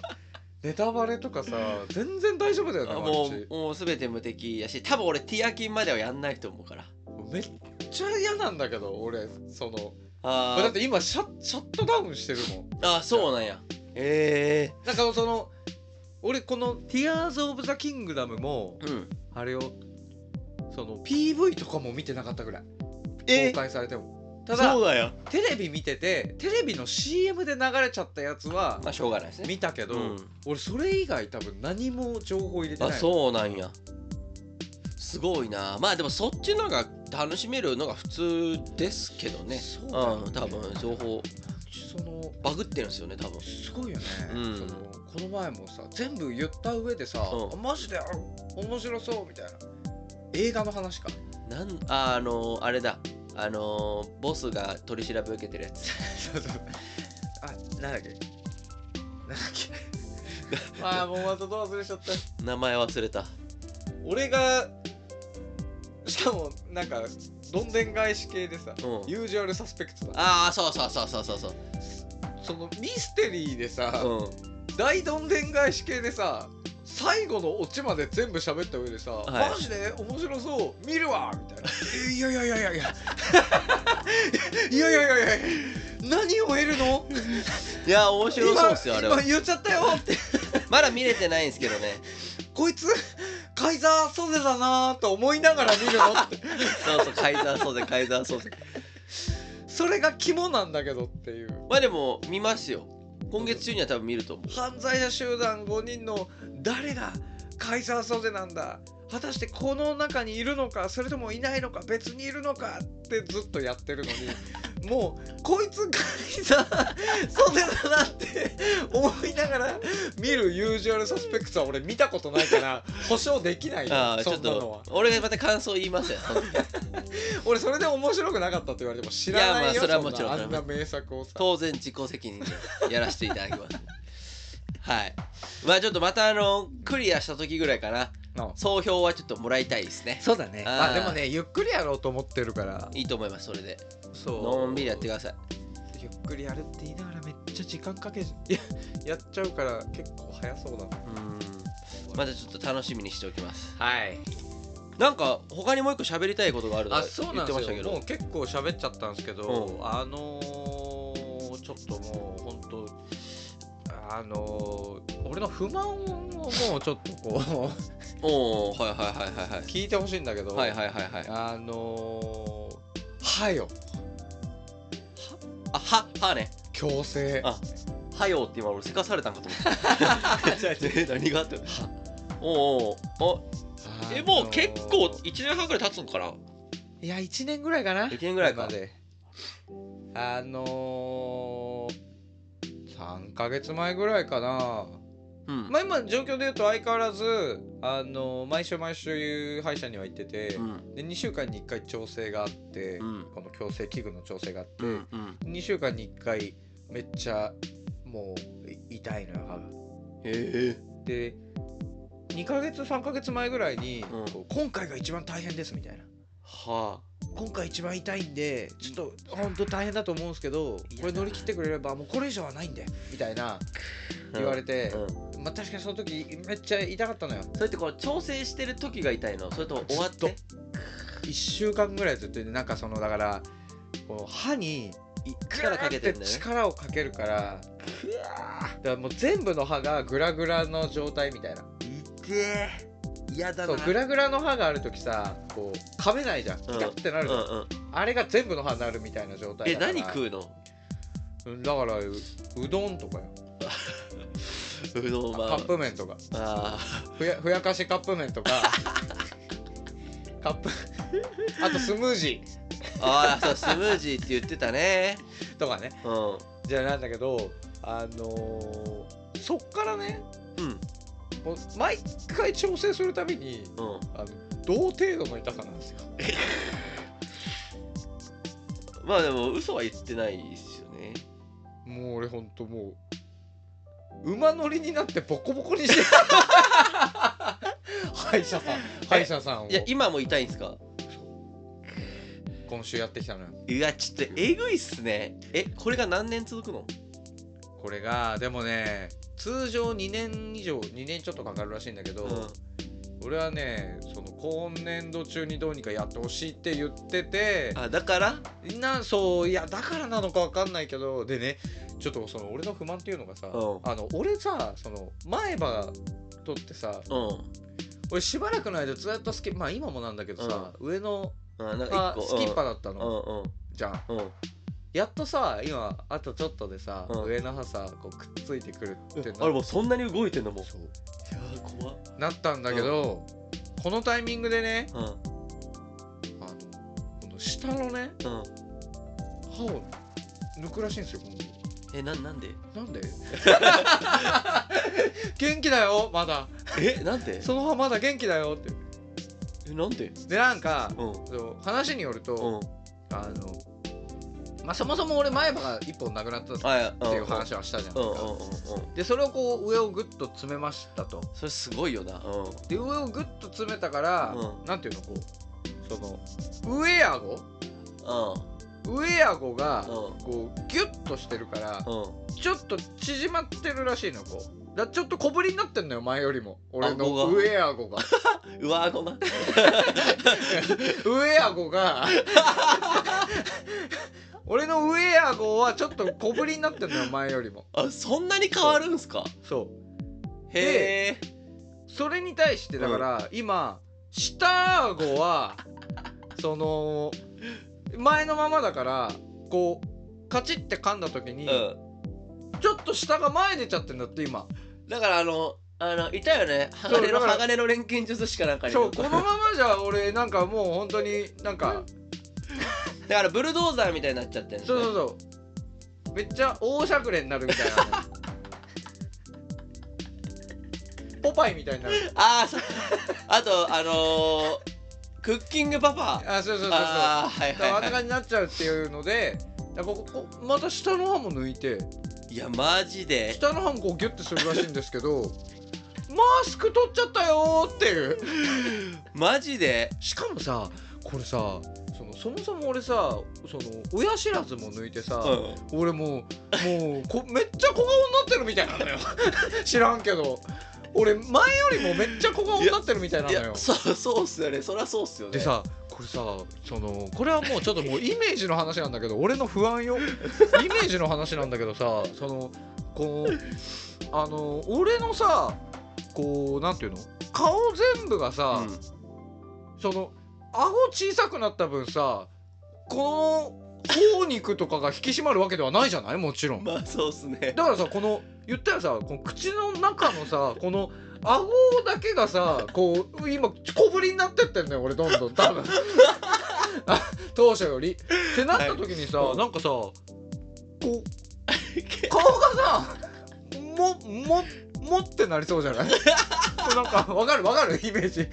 Speaker 2: ネタバレとかさ全然大丈夫だよね
Speaker 1: あ
Speaker 2: 毎
Speaker 1: も
Speaker 2: 日
Speaker 1: うもう全て無敵やし多分俺ティアキンまではやんないと思うから
Speaker 2: めっちゃ嫌なんだけど俺その
Speaker 1: あ
Speaker 2: だっ
Speaker 1: ー
Speaker 2: て今シャッシャットダウンしてるもん
Speaker 1: あーそうなんやえ
Speaker 2: なんかその俺この「Tears of the Kingdom」も
Speaker 1: えうん
Speaker 2: あれをその PV とかも見てなかったぐらい
Speaker 1: え
Speaker 2: 公開されてもた
Speaker 1: た
Speaker 2: だ
Speaker 1: そうだよ
Speaker 2: テレビ見ててテレビの CM で流れちゃったやつは
Speaker 1: まあしょうがないですね
Speaker 2: 見たけど、
Speaker 1: うん
Speaker 2: 俺それ以外多分何も情報入れてない
Speaker 1: あそうなんやすごいなまあでもそっちのが楽しめるのが普通ですけどね
Speaker 2: そう
Speaker 1: うん
Speaker 2: だよね
Speaker 1: 多分情報
Speaker 2: その
Speaker 1: バグってるんですよね多分
Speaker 2: すごいよね、
Speaker 1: うん
Speaker 2: そのこの前もさ全部言った上でさ、
Speaker 1: う
Speaker 2: マジであ面白そうみたいな映画の話か
Speaker 1: なんああのあれだあのボスが取り調べ受けてるやつ
Speaker 2: そうそうあなんだっけなんだっけああもうまたどう忘れちゃった
Speaker 1: 名前忘れた
Speaker 2: 俺がしかもなんかどんでん返し系でさ、
Speaker 1: うん
Speaker 2: ユージュアルサスペクトだ
Speaker 1: ああそうそうそうそうそうそう
Speaker 2: そのミステリーでさ、
Speaker 1: うん
Speaker 2: 大どんでん返し系でさ最後のオチまで全部喋った上でさ、
Speaker 1: はい
Speaker 2: マジで面白そう見るわみたいな えいやいやいやいやいやいやいやいやいや何を得るの
Speaker 1: いや面白そうっすよあれ
Speaker 2: 今
Speaker 1: は
Speaker 2: 今言っちゃったよって
Speaker 1: まだ見れてないんですけどね
Speaker 2: こいつカイザーソゼだなと思いながら見るのって
Speaker 1: そうそうカイザーソーゼカイザーソーゼ
Speaker 2: それが肝なんだけどっていう
Speaker 1: まあでも見ますよ今月中には多分見ると思う
Speaker 2: 犯罪者集団5人の誰がカイザー・ソゼなんだ果たしてこの中にいるのかそれともいないのか別にいるのかってずっとやってる のにもうこいつカイザー・ソゼだなって思いながら見るユージュアル・サスペクトは俺見たことない から保証できないよ
Speaker 1: ああち
Speaker 2: そ
Speaker 1: ょっ
Speaker 2: んなのは
Speaker 1: と俺がまた感想言いますよその時は
Speaker 2: 俺それで面白くなかったと言われても知らないよ
Speaker 1: いやまあそれはもちろん
Speaker 2: そなあんな名作をさ
Speaker 1: 当然自己責任でやらせていただきますはいまあちょっとまたあのクリアした時ぐらいかな
Speaker 2: の
Speaker 1: 総評はちょっともらいたいですね
Speaker 2: そうだね
Speaker 1: あー
Speaker 2: あでもねゆっくりやろうと思ってるから
Speaker 1: いいと思いますそれで
Speaker 2: そう
Speaker 1: のんびりやってください
Speaker 2: ゆっくりやるって言いながらめっちゃ時間かけじややっちゃうから結構早そうだな
Speaker 1: うーんまたちょっと楽しみにしておきます
Speaker 2: はい
Speaker 1: なんか他にもう一個喋りたいことがあると
Speaker 2: あ
Speaker 1: か
Speaker 2: そう
Speaker 1: 言
Speaker 2: な
Speaker 1: っ
Speaker 2: ん
Speaker 1: て
Speaker 2: で
Speaker 1: ますしたけ
Speaker 2: よも
Speaker 1: ど
Speaker 2: う結構喋っちゃったんですけど、あのー、ちょっともう本当あのー、俺の不満をもうちょっとこ
Speaker 1: おおはいはいはいはいはいう
Speaker 2: 聞いてほしいんだけど、
Speaker 1: はいはいはいはい
Speaker 2: あのー、はよ
Speaker 1: あははね
Speaker 2: 強制
Speaker 1: あはようって今俺せかされたんかと思った え何があって
Speaker 2: は
Speaker 1: おうおうあえもう結構
Speaker 2: あのー
Speaker 1: 1年半ぐらい経つのかない
Speaker 2: や1年ぐらいかな
Speaker 1: 一年ぐらいか
Speaker 2: 今であのー、3ヶ月前ぐらいかな
Speaker 1: うん、
Speaker 2: まあ今状況で言うと相変わらず、あのー毎週毎週歯医者には行ってて、
Speaker 1: うん
Speaker 2: で2週間に1回調整があって、
Speaker 1: うん
Speaker 2: この矯正器具の調整があって、
Speaker 1: うんうん
Speaker 2: 2週間に1回めっちゃもうい痛いのよ歯が。
Speaker 1: へえ
Speaker 2: で2ヶ月3ヶ月前ぐらいに、
Speaker 1: うん
Speaker 2: こう今回が一番大変ですみたいな。
Speaker 1: は
Speaker 2: 今回一番痛いんでちょっと本当大変だと思うんですけどこ
Speaker 1: いや
Speaker 2: れ乗り切ってくれればもうこれ以上はないんでみたいな
Speaker 1: あ
Speaker 2: 言われて
Speaker 1: う、ん、
Speaker 2: まあ、確かにその時めっちゃ痛かったのよ
Speaker 1: それってこう調整してる時が痛いのそれとも終わっ
Speaker 2: ず
Speaker 1: て
Speaker 2: っ1週間ぐらいずっとなんかそのだからこの歯に
Speaker 1: い力かけてんだよね
Speaker 2: 力をかけるからだからもう全部の歯がグラグラの状態みたいない
Speaker 1: てえ嫌だ
Speaker 2: そうグラグラの歯がある時さこう噛めないじゃん
Speaker 1: うん
Speaker 2: ガッてな
Speaker 1: う
Speaker 2: る
Speaker 1: ん
Speaker 2: じゃん、
Speaker 1: うん、
Speaker 2: あれが全部の歯になるみたいな状態
Speaker 1: え
Speaker 2: だから
Speaker 1: 何食うの
Speaker 2: うんだからううどんとかよ
Speaker 1: うどんま
Speaker 2: カップ麺とか
Speaker 1: あ
Speaker 2: ふやふやかしカップ麺 とかカップあとスムージ
Speaker 1: ーあーそうスムージーって言ってたね
Speaker 2: ーとかね
Speaker 1: うん
Speaker 2: じゃあなんだけどあのーそっからね
Speaker 1: うん
Speaker 2: もう毎回調整するたびに
Speaker 1: うん
Speaker 2: あの同程度の痛さなんですよ
Speaker 1: まあでも嘘は言ってないですよね
Speaker 2: もう俺ほんともう馬乗りになってボコボコにして 歯医者さん歯医者さんを
Speaker 1: いや今も痛いんですか
Speaker 2: 今週やってきたのよ
Speaker 1: いやちょっとえぐいっすねえこれが何年続くの
Speaker 2: これがでもね通常2年以上2年ちょっとかかるらしいんだけど、
Speaker 1: うん
Speaker 2: 俺はねその今年度中にどうにかやってほしいって言ってて
Speaker 1: あだから
Speaker 2: なそういやだからなのかわかんないけどでねちょっとその俺の不満っていうのがさ、
Speaker 1: うん
Speaker 2: あの俺さその前歯とってさ
Speaker 1: うん
Speaker 2: 俺しばらくの間ずっとスキッまあ今もなんだけどさ、上の
Speaker 1: あなんか
Speaker 2: 歯
Speaker 1: 一個
Speaker 2: スキッパだった
Speaker 1: うん
Speaker 2: の、
Speaker 1: うん
Speaker 2: じゃん
Speaker 1: うんうん
Speaker 2: やっとさ今あとちょっとでさ、
Speaker 1: うん
Speaker 2: 上の歯さこうくっついてくるってな
Speaker 1: あれもうそんなに動いてんのもう
Speaker 2: そう
Speaker 1: いやー怖っ
Speaker 2: なったんだけど、このタイミングでね
Speaker 1: うん
Speaker 2: あのこの下のね
Speaker 1: うん
Speaker 2: 歯を抜くらしいんですよ今
Speaker 1: えなんなんで
Speaker 2: 度 なんで元気だよまだ
Speaker 1: えなんで
Speaker 2: その歯まだ元気だよって
Speaker 1: えなんで
Speaker 2: でなんか
Speaker 1: うん
Speaker 2: そう話による
Speaker 1: う
Speaker 2: と、
Speaker 1: ん
Speaker 2: あのまあそもそも俺前歯が一本なくなったっ
Speaker 1: あいやって
Speaker 2: ていう話はしたじゃない
Speaker 1: うんうんう
Speaker 2: で
Speaker 1: ん
Speaker 2: すか、
Speaker 1: うん
Speaker 2: でそれをこう上をぐっと詰めましたと
Speaker 1: それすごいよなうん
Speaker 2: で上をぐっと詰めたから、
Speaker 1: う
Speaker 2: なんていうのこうその上顎
Speaker 1: う
Speaker 2: 上顎が
Speaker 1: んうん
Speaker 2: こうギュッとしてるから
Speaker 1: うん
Speaker 2: ちょっと縮まってるらしいのこうだちょっと小ぶりになってんのよ前よりも俺
Speaker 1: 顎
Speaker 2: の
Speaker 1: が
Speaker 2: 上顎が
Speaker 1: 上顎な
Speaker 2: 上顎が俺の上顎はちょっと小ぶりになってんのよ前よりも
Speaker 1: あそんなに変わるんすか
Speaker 2: そう
Speaker 1: へえ
Speaker 2: それに対してだから今下顎はその前のままだからこうカチッて噛んだ時に、
Speaker 1: う
Speaker 2: ちょっと下が前出ちゃってんだって今
Speaker 1: んだからあのあのいたよね鋼
Speaker 2: だ
Speaker 1: の
Speaker 2: から
Speaker 1: 鋼の錬金術師かなんかに
Speaker 2: そうこのままじゃ俺なんかもう本当になんか
Speaker 1: だからブルドーザーみたいになっちゃってんだよ
Speaker 2: そう
Speaker 1: ね
Speaker 2: そうそうめっちゃ大しゃくれになるみたいなポパイみたいになる
Speaker 1: ああそう あとあのークッキングパパ
Speaker 2: あそうそうそうそうだか
Speaker 1: ああはいは
Speaker 2: らあん
Speaker 1: い、
Speaker 2: な
Speaker 1: は
Speaker 2: 感じになっちゃうっていうのでだからこここまた下の歯も抜いて
Speaker 1: い、いやマジで
Speaker 2: 下の歯もこうギュッてするらしいんですけどマスク取っちゃったよーっていう
Speaker 1: マジで
Speaker 2: しかもさこれさそのそもそも俺さその親知らずも抜いてさ、
Speaker 1: うん
Speaker 2: 俺もうもうこめっちゃ小顔になってるみたいなのよ 知らんけど俺前よりもめっちゃ小顔になってるみたいないのよ
Speaker 1: やそうそうっすよねそりゃそうっすよね
Speaker 2: でさこれさそのこれはもうちょっともうイメージの話なんだけど俺の不安 よイメージの話なんだけどさそのこのあの俺のさこうなんていうの顔全部が
Speaker 1: う
Speaker 2: さ、
Speaker 1: ん
Speaker 2: その顎小さくなった分さこの頬肉とかが引き締まるわけではないじゃないもちろん
Speaker 1: まあそうっすね
Speaker 2: だからさこの言ったらさこの口の中のさこの顎だけがさこう今小ぶりになってってんだよ俺どんどん多分あ当初より。ってなった時にさ、
Speaker 1: はい
Speaker 2: なんかさこう顔がさもももってなりそうじゃないなんかわかるわかるイメージこ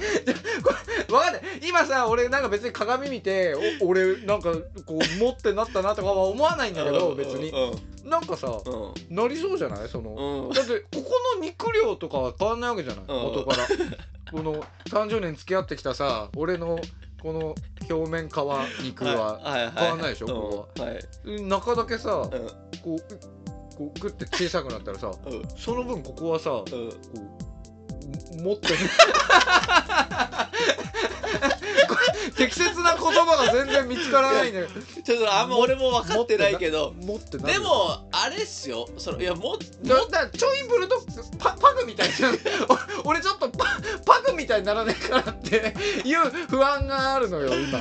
Speaker 2: れわかんない今さ俺なんか別に鏡見てお俺なんかこうもってなったなとかは思わないんだけど別に
Speaker 1: う
Speaker 2: なんかさ
Speaker 1: んうん
Speaker 2: なりそうじゃないその、
Speaker 1: うん
Speaker 2: だってここの肉量とかは変わんないわけじゃない、
Speaker 1: うん
Speaker 2: 元からこの30年付き合ってきたさ俺のこの表面皮肉は変
Speaker 1: 変
Speaker 2: わんないでしょこ
Speaker 1: こははい
Speaker 2: 中だけさ
Speaker 1: うん
Speaker 2: こうこうグッて小さくなったらさ
Speaker 1: うん
Speaker 2: その分ここはさこ
Speaker 1: うん
Speaker 2: うも 持 ってるこれ適切な言葉が全然見つからないね
Speaker 1: ちょっとあんま俺も分かってないけど
Speaker 2: 持ってない
Speaker 1: でもあれっすよそのいやもも
Speaker 2: だだちょいブルドッグパパグみたいにな るお俺ちょっとパパグみたいにならないかなっていう不安があるのよ今、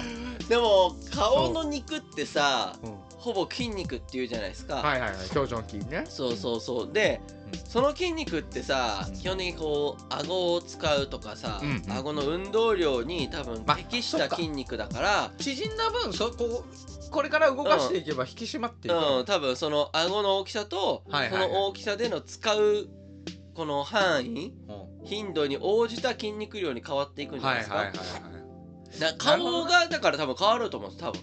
Speaker 1: でも顔の肉ってさ
Speaker 2: うん、
Speaker 1: ほぼ筋肉っていうじゃないですか
Speaker 2: はいはいはい表情筋ね
Speaker 1: そうそうそうで、
Speaker 2: うん
Speaker 1: その筋肉ってさ、
Speaker 2: うん
Speaker 1: 基本的にこう顎を使うとかさ、
Speaker 2: うんうん
Speaker 1: 顎の運動量に多分
Speaker 2: ま
Speaker 1: 適し
Speaker 2: そ
Speaker 1: た
Speaker 2: っか
Speaker 1: 筋肉だから、
Speaker 2: 縮んだ分そここれから動かしていけば引き締まっていく、
Speaker 1: うん、多分その顎の大きさと、
Speaker 2: はいはいはい
Speaker 1: その大きさでの使うこの範囲
Speaker 2: うん
Speaker 1: 頻度に応じた筋肉量に変わっていくんじゃな
Speaker 2: はいい
Speaker 1: で
Speaker 2: はい
Speaker 1: すか,、
Speaker 2: はいはい
Speaker 1: だから顔がだから多分変わると思うんです多分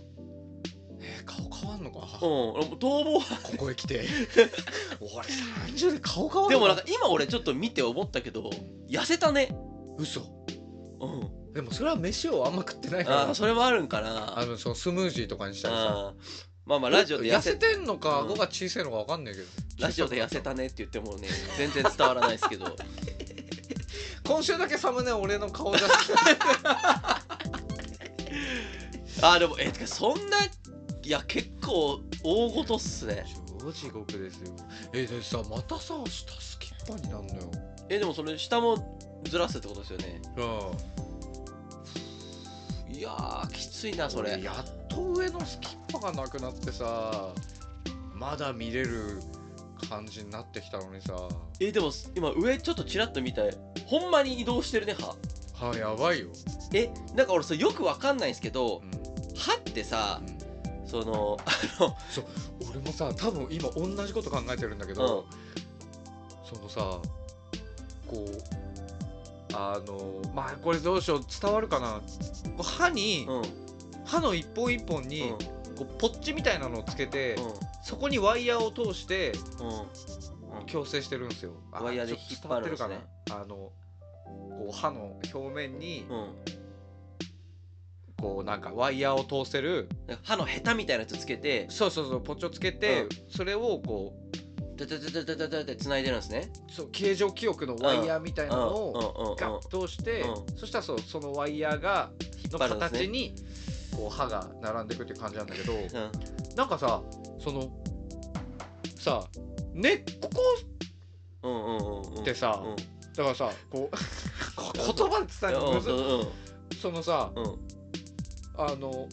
Speaker 2: えー顔変わんのか、こ
Speaker 1: うん逃亡犯
Speaker 2: こへ 来て俺30で顔変わ
Speaker 1: で
Speaker 2: るの
Speaker 1: も なんか今俺ちょっと見て思ったけど痩せたね
Speaker 2: 嘘
Speaker 1: うん
Speaker 2: でもそれは飯をあんま食ってないから
Speaker 1: あ ーそれもあるんかな
Speaker 2: あのそのスムージーとかにしたらさ
Speaker 1: あーまあまあラジオで痩せ
Speaker 2: てんのか
Speaker 1: うん
Speaker 2: 顎が小さいのかわかんないけど
Speaker 1: ラジオで痩せたねって言ってもね全然伝わらないですけど
Speaker 2: 今週だけサムネ俺の顔出して
Speaker 1: あでもえてかそんないや結構大ごとっすね
Speaker 2: 超地獄ですよえでさまたさ下スキッパになんのよ
Speaker 1: えでもそれ下もずらすってことですよね
Speaker 2: う
Speaker 1: いやーきついなんそ
Speaker 2: 俺
Speaker 1: れ
Speaker 2: やっと上のスキッパがなくなってさまだ見れる感じになってきたのにさは
Speaker 1: えでも今上ちょっとちらっと見たほんまに移動してるね歯
Speaker 2: やばいよ、
Speaker 1: えなんか俺それよくわかんないんですけど
Speaker 2: うん
Speaker 1: 歯ってさ
Speaker 2: うん
Speaker 1: その
Speaker 2: 俺もさ多分今同じこと考えてるんだけど、そのさこうあのまあこれどうしよう伝わるかなこう歯に、
Speaker 1: うんうん
Speaker 2: 歯の一本一本に、
Speaker 1: うん
Speaker 2: こうポッチみたいなのをつけて、そこにワイヤーを通して
Speaker 1: うん
Speaker 2: 矯正してるんですよ。あ
Speaker 1: ワイヤーで
Speaker 2: ちょ
Speaker 1: 引っ
Speaker 2: と伝わ
Speaker 1: 張
Speaker 2: って
Speaker 1: るん
Speaker 2: る
Speaker 1: で
Speaker 2: か
Speaker 1: す
Speaker 2: な
Speaker 1: ね
Speaker 2: あのこう歯の表面に、
Speaker 1: うんうん
Speaker 2: こうなんかワイヤーを通せる
Speaker 1: なんか歯のヘタみたいなやつつけて
Speaker 2: そうそうそうポッチをつけて、
Speaker 1: うん
Speaker 2: それをこう
Speaker 1: ダダダダダダダって繋いでるんですね
Speaker 2: そう形状記憶のワイヤーみたいなのを、
Speaker 1: うんうんうん
Speaker 2: ガッとして、
Speaker 1: う
Speaker 2: そしたらそうそのワイヤーがの
Speaker 1: 張るんですね
Speaker 2: 形にこう歯が並んでいくっていう感じなんだけど
Speaker 1: うん
Speaker 2: なんかさそのさ根っこ
Speaker 1: うんうんうんうん
Speaker 2: ってさ
Speaker 1: うん
Speaker 2: だからさ こう言葉で伝えるのむず
Speaker 1: うんうん
Speaker 2: そのさ
Speaker 1: うんうん
Speaker 2: あのこ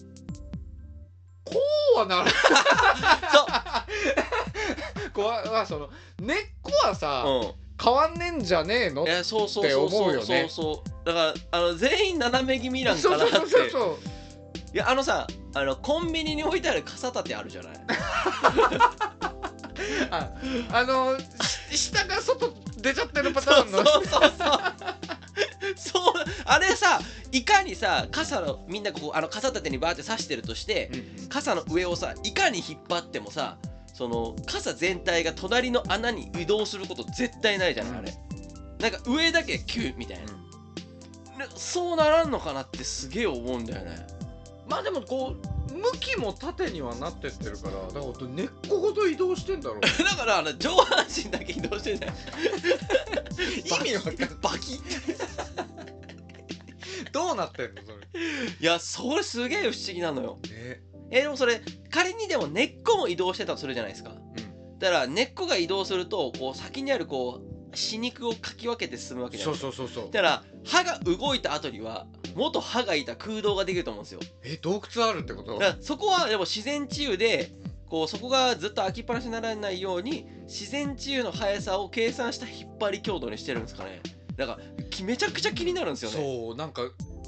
Speaker 2: うはならない こうはその根っこはさ、
Speaker 1: そううん
Speaker 2: 変わんねんじゃねえの
Speaker 1: いやそうそう
Speaker 2: って
Speaker 1: そう
Speaker 2: 思
Speaker 1: そ
Speaker 2: うよ
Speaker 1: うそ
Speaker 2: ね
Speaker 1: うそうだからあの全員斜め気味なんか
Speaker 2: そう
Speaker 1: な
Speaker 2: そ
Speaker 1: っ
Speaker 2: う
Speaker 1: て
Speaker 2: そうそうそう
Speaker 1: いやあのさあのコンビニに置いてある傘立てあるじゃない
Speaker 2: ああのし下が外出ちゃってるパタ
Speaker 1: そう
Speaker 2: ーン
Speaker 1: そ
Speaker 2: の
Speaker 1: うそうそうそうあれさいかにさ傘のみんなこうあの傘立てにバーって刺してるとして傘の上をさいかに引っ張ってもさその傘全体が隣の穴に移動すること絶対ないじゃないあれなんか上だけキューみたいなでそうならんのかなってすげえ思うんだよね
Speaker 2: まあでもこう向きも縦にはなってってるからだからほんと根っこごと移動してんだろう
Speaker 1: だからあの上半身だけ移動してんじゃない
Speaker 2: 意味わかんない
Speaker 1: バキ
Speaker 2: どうなってんのそ
Speaker 1: いやそれすげえ不思議なのよ
Speaker 2: れね
Speaker 1: えでもそれ仮にでも根っこも移動してたとするじゃないですかだから根っこが移動するとこう先にあるこう歯肉をかき分けて進むわけじゃな
Speaker 2: そ
Speaker 1: いうですか
Speaker 2: そうそうそう
Speaker 1: だから歯が動いた後には元歯がいた空洞ができると思うんですよ
Speaker 2: え洞窟あるってこと
Speaker 1: だからそこはでも自然治癒でこうそこがずっと空きっぱなしにならないように自然治癒の速さを計算した引っ張り強度にしてるんですかねだからきめちゃくちゃ気になるんですよね
Speaker 2: そうなんか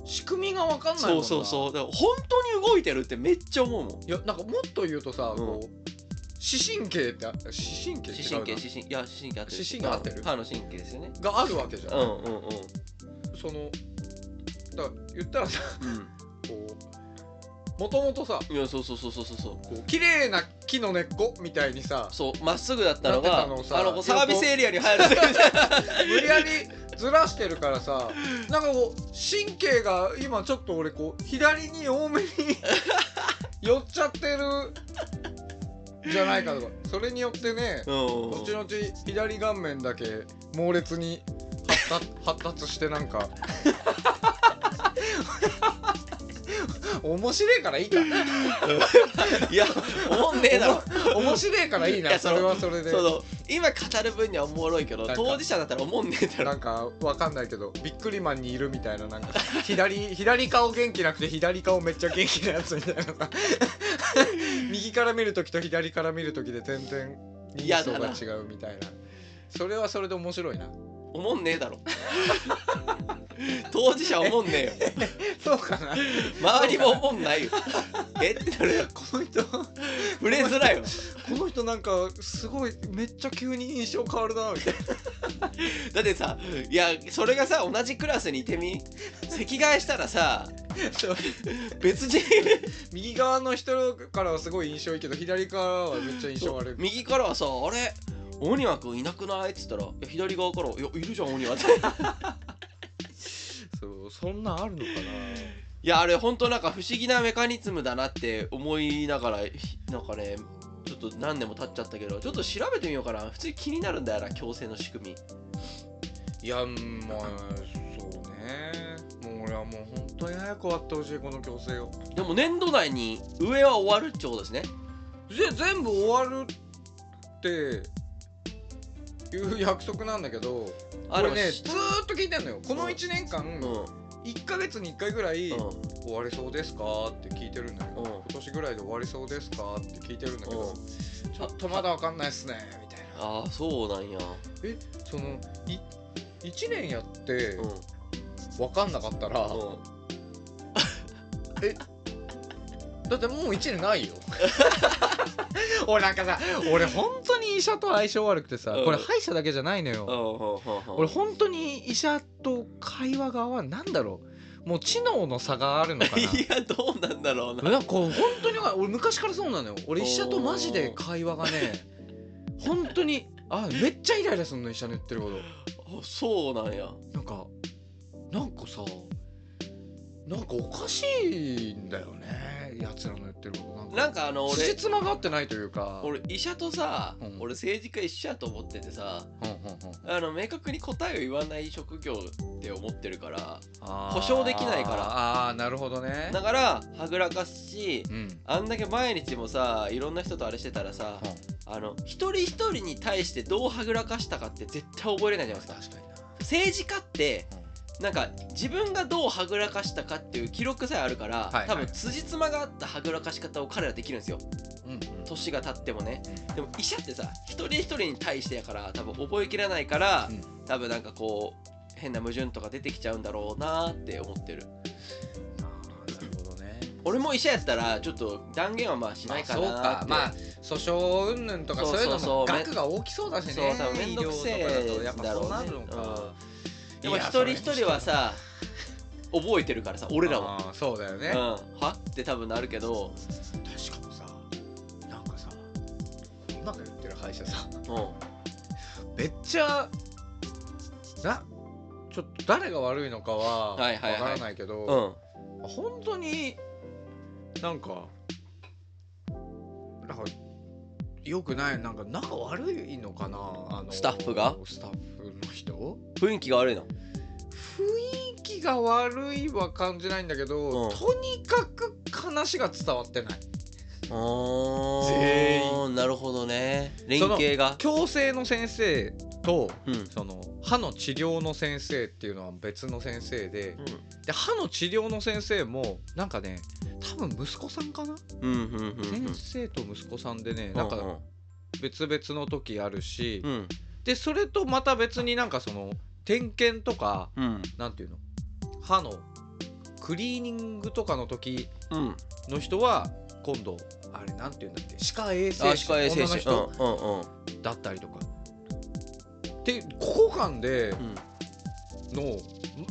Speaker 2: 仕組みがわかんないもん
Speaker 1: そう
Speaker 2: な
Speaker 1: そうそうだから本当に動いてるってめっちゃ思うもん
Speaker 2: いやなんかもっと言うとさ、こう視神経ってあ視神経違うな
Speaker 1: 視神経視神いや視神経合ってる
Speaker 2: 視神経合ってる
Speaker 1: 歯の神経ですよね
Speaker 2: があるわけじゃ
Speaker 1: うん
Speaker 2: ん、
Speaker 1: うんうん
Speaker 2: そのだから言ったらさ
Speaker 1: う
Speaker 2: こうもともとさ
Speaker 1: んいやそうそうそうそうそうそう
Speaker 2: こう綺麗な木の根っこみたいにさ
Speaker 1: そうまっすぐだったの
Speaker 2: なっ
Speaker 1: が
Speaker 2: てたのをさ
Speaker 1: あのサービスエリアに入る
Speaker 2: 無理やりずらしてるからさなんかこう神経が今ちょっと俺こう左に多 めに寄っちゃってるじゃないかとかそれによってね
Speaker 1: うんうん
Speaker 2: 後々左顔面だけ猛烈に発達発達してな んか面白いからいいか
Speaker 1: いや思んねえだろ
Speaker 2: おも面白いからいい
Speaker 1: い
Speaker 2: な
Speaker 1: や
Speaker 2: そ
Speaker 1: その
Speaker 2: れはそれで
Speaker 1: その今語る分にはおもろいけど
Speaker 2: なんか
Speaker 1: 当事者だったら思んねえだ
Speaker 2: な
Speaker 1: ろ
Speaker 2: んかわかんないけどびっくりマンにいるみたいななんか左左顔元気なくて左顔めっちゃ元気なやつみたい なさ右から見る時と左から見る時で全然人相が違うみたいなそれはそれで面白いな
Speaker 1: 思んねえ だろ当事者思んねえよ
Speaker 2: そうかな
Speaker 1: 周りも思んないよえってなるよ
Speaker 2: この人こ
Speaker 1: 触れづらいよ
Speaker 2: の人なんかすごいめっちゃ急に印象変わるなみたい
Speaker 1: だってさいやそれがさ同じクラスにいてみ席替えしたらさ
Speaker 2: な そう
Speaker 1: 別人
Speaker 2: 右側の人からはすごい印象いいけど左からはめっちゃ印象悪い
Speaker 1: 右からはさあれオニワ君いなくないっつったらいや左側から「いやいるじゃんオニワ」って
Speaker 2: そうそんなんあるのかない
Speaker 1: やあれほんとなんか不思議なメカニズムだなって思いながらひなんかねちょっと何年も経っちゃったけどちょっと調べてみようかな普通に気になるんだよな矯正の仕組み
Speaker 2: いやうんまあそうねもう俺はもう本当に早く終わってほしいこの強制を
Speaker 1: でも年度内に上は終わるってことですね
Speaker 2: で全部終わるっていう約束なんだけど
Speaker 1: あ
Speaker 2: 俺ね
Speaker 1: れ
Speaker 2: ずーっと聞いてんのよこの1年間、
Speaker 1: うんうん
Speaker 2: 1ヶ月に1回ぐらい、
Speaker 1: うん
Speaker 2: 終わりそうですかって聞いてるんだけど、
Speaker 1: うん
Speaker 2: 今年ぐらいで終わりそうですかって聞いてるんだけ
Speaker 1: う
Speaker 2: ど、ちょっとまだわかんないっすねみたいな
Speaker 1: ああそうなんや
Speaker 2: えそのい1年やって
Speaker 1: うん
Speaker 2: わかんなかったら、
Speaker 1: うん
Speaker 2: だってもう1年ない よ俺なんかさ俺本当に医者と相性悪くてさ、
Speaker 1: うん
Speaker 2: これ歯医者だけじゃないのよ、俺
Speaker 1: 俺
Speaker 2: 本当に医者と会話が合わんなんだろうもう知能の差があるの かな
Speaker 1: やどうなんだろうな
Speaker 2: なんかこう本当に俺昔からそうなのよ俺医者とマジで会話がね本当にあめっちゃイライラするの医者の言ってること
Speaker 1: あそうなんや
Speaker 2: なんかなんかさなんかおかしいんだよねやつらの言ってることなんか
Speaker 1: なんかあの
Speaker 2: つじ
Speaker 1: 俺
Speaker 2: つまが合ってないというか
Speaker 1: 俺医者とさ、
Speaker 2: うん
Speaker 1: 俺政治家一緒やと思っててさ
Speaker 2: うんうんうん
Speaker 1: あの明確に答えを言わない職業って思ってるから
Speaker 2: あー
Speaker 1: 保証できないから
Speaker 2: あーなるほどね
Speaker 1: だからはぐらかすし
Speaker 2: うん
Speaker 1: あんだけ毎日もさいろんな人とあれしてたらさあの一人一人に対してどうはぐらかしたかって絶対覚えれないじゃないですか
Speaker 2: 確かにな
Speaker 1: 政治家ってなんか自分がどうはぐらかしたかっていう記録さえあるから、
Speaker 2: はいはい
Speaker 1: 多分辻褄があったはぐらかし方を彼らできるんですよ
Speaker 2: うんうん
Speaker 1: 年が経ってもね
Speaker 2: うん
Speaker 1: でも医者ってさ一人一人に対してやから多分覚えきらないから、
Speaker 2: うん
Speaker 1: 多分なんかこう変な矛盾とか出てきちゃうんだろうなって思ってる
Speaker 2: あーなるほどね
Speaker 1: 俺も医者やったらちょっと断言はまあしないかなって
Speaker 2: あそうかまあ訴訟云々とか
Speaker 1: そ
Speaker 2: そうういうの
Speaker 1: そうそう
Speaker 2: も額が大きそうだしね
Speaker 1: そう多分めん
Speaker 2: 医
Speaker 1: ど
Speaker 2: 療
Speaker 1: く
Speaker 2: と
Speaker 1: せ
Speaker 2: かだ
Speaker 1: え
Speaker 2: とやっぱそうなるの
Speaker 1: だ
Speaker 2: か、
Speaker 1: ろうねうんでも
Speaker 2: いや
Speaker 1: 一人一人はさ覚えてるからさ俺らは、
Speaker 2: あーそうだ
Speaker 1: う
Speaker 2: よね、
Speaker 1: ん、はって多分なるけど、
Speaker 2: 確かにさなんかさ今から言ってる歯医者さん
Speaker 1: う
Speaker 2: めっちゃなちょっと誰が悪いのかはわ
Speaker 1: は
Speaker 2: か
Speaker 1: いはいはい
Speaker 2: らないけど、
Speaker 1: んうん、
Speaker 2: 本当になんかなんかよくないなんか仲悪いのかなあの
Speaker 1: スタッフが
Speaker 2: スタッフの人
Speaker 1: 雰囲気が悪いの
Speaker 2: 雰囲気が悪いは感じないんだけ
Speaker 1: う
Speaker 2: ど、
Speaker 1: ん
Speaker 2: とにかく話が伝わってない
Speaker 1: 全員なるほどね連携が
Speaker 2: 矯正の先生と
Speaker 1: うん、うん、
Speaker 2: その歯の治療の先生っていうのは別の先生でで歯の治療の先生もなんかね多分息子さんかな、
Speaker 1: うんうんうんうん
Speaker 2: 先生と息子さんでねなんか別々の時あるし、
Speaker 1: うん
Speaker 2: でそれとまた別になんかその点検とか
Speaker 1: うん
Speaker 2: なんていうの歯のクリーニングとかの時
Speaker 1: うん
Speaker 2: の人は今度あれなんていうんだっけ歯科衛生
Speaker 1: あ
Speaker 2: 士
Speaker 1: 歯科衛生
Speaker 2: 女
Speaker 1: 士
Speaker 2: の人
Speaker 1: うんうんうん
Speaker 2: だったりとか。でここ間で
Speaker 1: うん
Speaker 2: の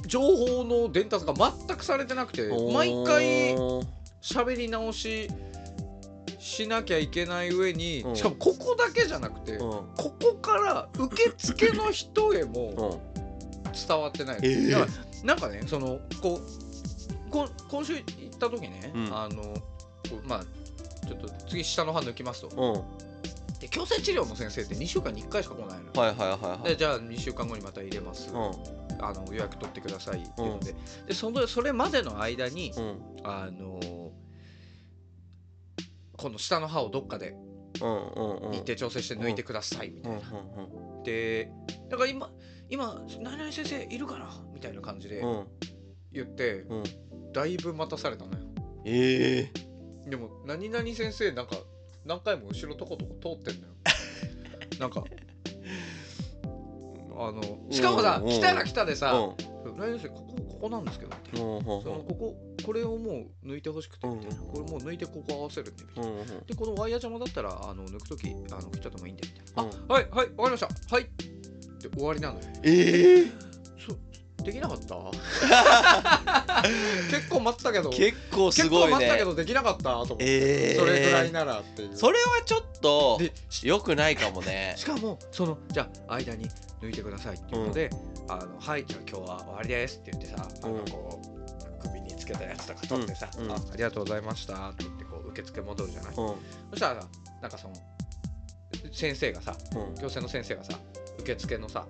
Speaker 2: 情報の伝達が全くされてなくて毎回
Speaker 1: おー
Speaker 2: 喋り直ししなきゃいけない上に
Speaker 1: うん
Speaker 2: しかもここだけじゃなくて
Speaker 1: う
Speaker 2: こ
Speaker 1: ん
Speaker 2: こから受付の人へも
Speaker 1: うん
Speaker 2: 伝わってない、
Speaker 1: えー
Speaker 2: だからなんかねそのこうこ今週行った時ね、
Speaker 1: うん
Speaker 2: あのこうまあちょっと次下の歯抜きますと
Speaker 1: うん
Speaker 2: で矯正治療の先生って2週間に1回しか来ないのよ、
Speaker 1: はいはいはいはい
Speaker 2: でじゃあ2週間後にまた入れます、
Speaker 1: うん
Speaker 2: あの予約取ってくださいっていうので,、でそのそれまでの間に
Speaker 1: うん
Speaker 2: あのこの下の歯をどっかで
Speaker 1: うんうんうん
Speaker 2: 行って調整して抜いてくださいみた
Speaker 1: う
Speaker 2: い
Speaker 1: ん
Speaker 2: な、でだから今今何々先生いるかなみたいな感じで
Speaker 1: うんうん
Speaker 2: 言って、
Speaker 1: うんうん
Speaker 2: だいぶ待たされたのよ
Speaker 1: ええ
Speaker 2: でも何々先生なんか何回も後ろとことこ通ってん のよなんかあのしかもさ
Speaker 1: うん
Speaker 2: 来たら来たで
Speaker 1: う
Speaker 2: さ
Speaker 1: ん
Speaker 2: 「来年生ここここなんですけど」みたいな
Speaker 1: うんうん
Speaker 2: そのこここれをもう抜いてほしくてみたいな
Speaker 1: うん
Speaker 2: これもう抜いてここ合わせるんでみた
Speaker 1: う
Speaker 2: いなん
Speaker 1: うん
Speaker 2: でこのワイヤー邪魔だったらあの抜く時あの切っちゃってもいいんでみたいな
Speaker 1: う
Speaker 2: 「
Speaker 1: ん
Speaker 2: あはいはいわかりましたはい」で終わりなのよ
Speaker 1: ええ
Speaker 2: そできなかった 結構待ってたけど
Speaker 1: 結構すご
Speaker 2: 結構
Speaker 1: い
Speaker 2: 待った
Speaker 1: ね
Speaker 2: けどできなかったと思って、
Speaker 1: ええ
Speaker 2: それぐらいならっていう
Speaker 1: それはちょっと
Speaker 2: でし
Speaker 1: 良くないかも ね
Speaker 2: しかもそのじゃあ間に抜いてくださいっていうので「あのはいじゃあ今日は終わりです」って言ってさ、あ
Speaker 1: うん
Speaker 2: のこう首につけたやつとか取ってさ、
Speaker 1: うんうん
Speaker 2: あ「ありがとうございました」って言ってこう受付戻るじゃない、
Speaker 1: うん
Speaker 2: そしたらさなんかその先生がさ
Speaker 1: うん
Speaker 2: 行政の先生がさ受付のさ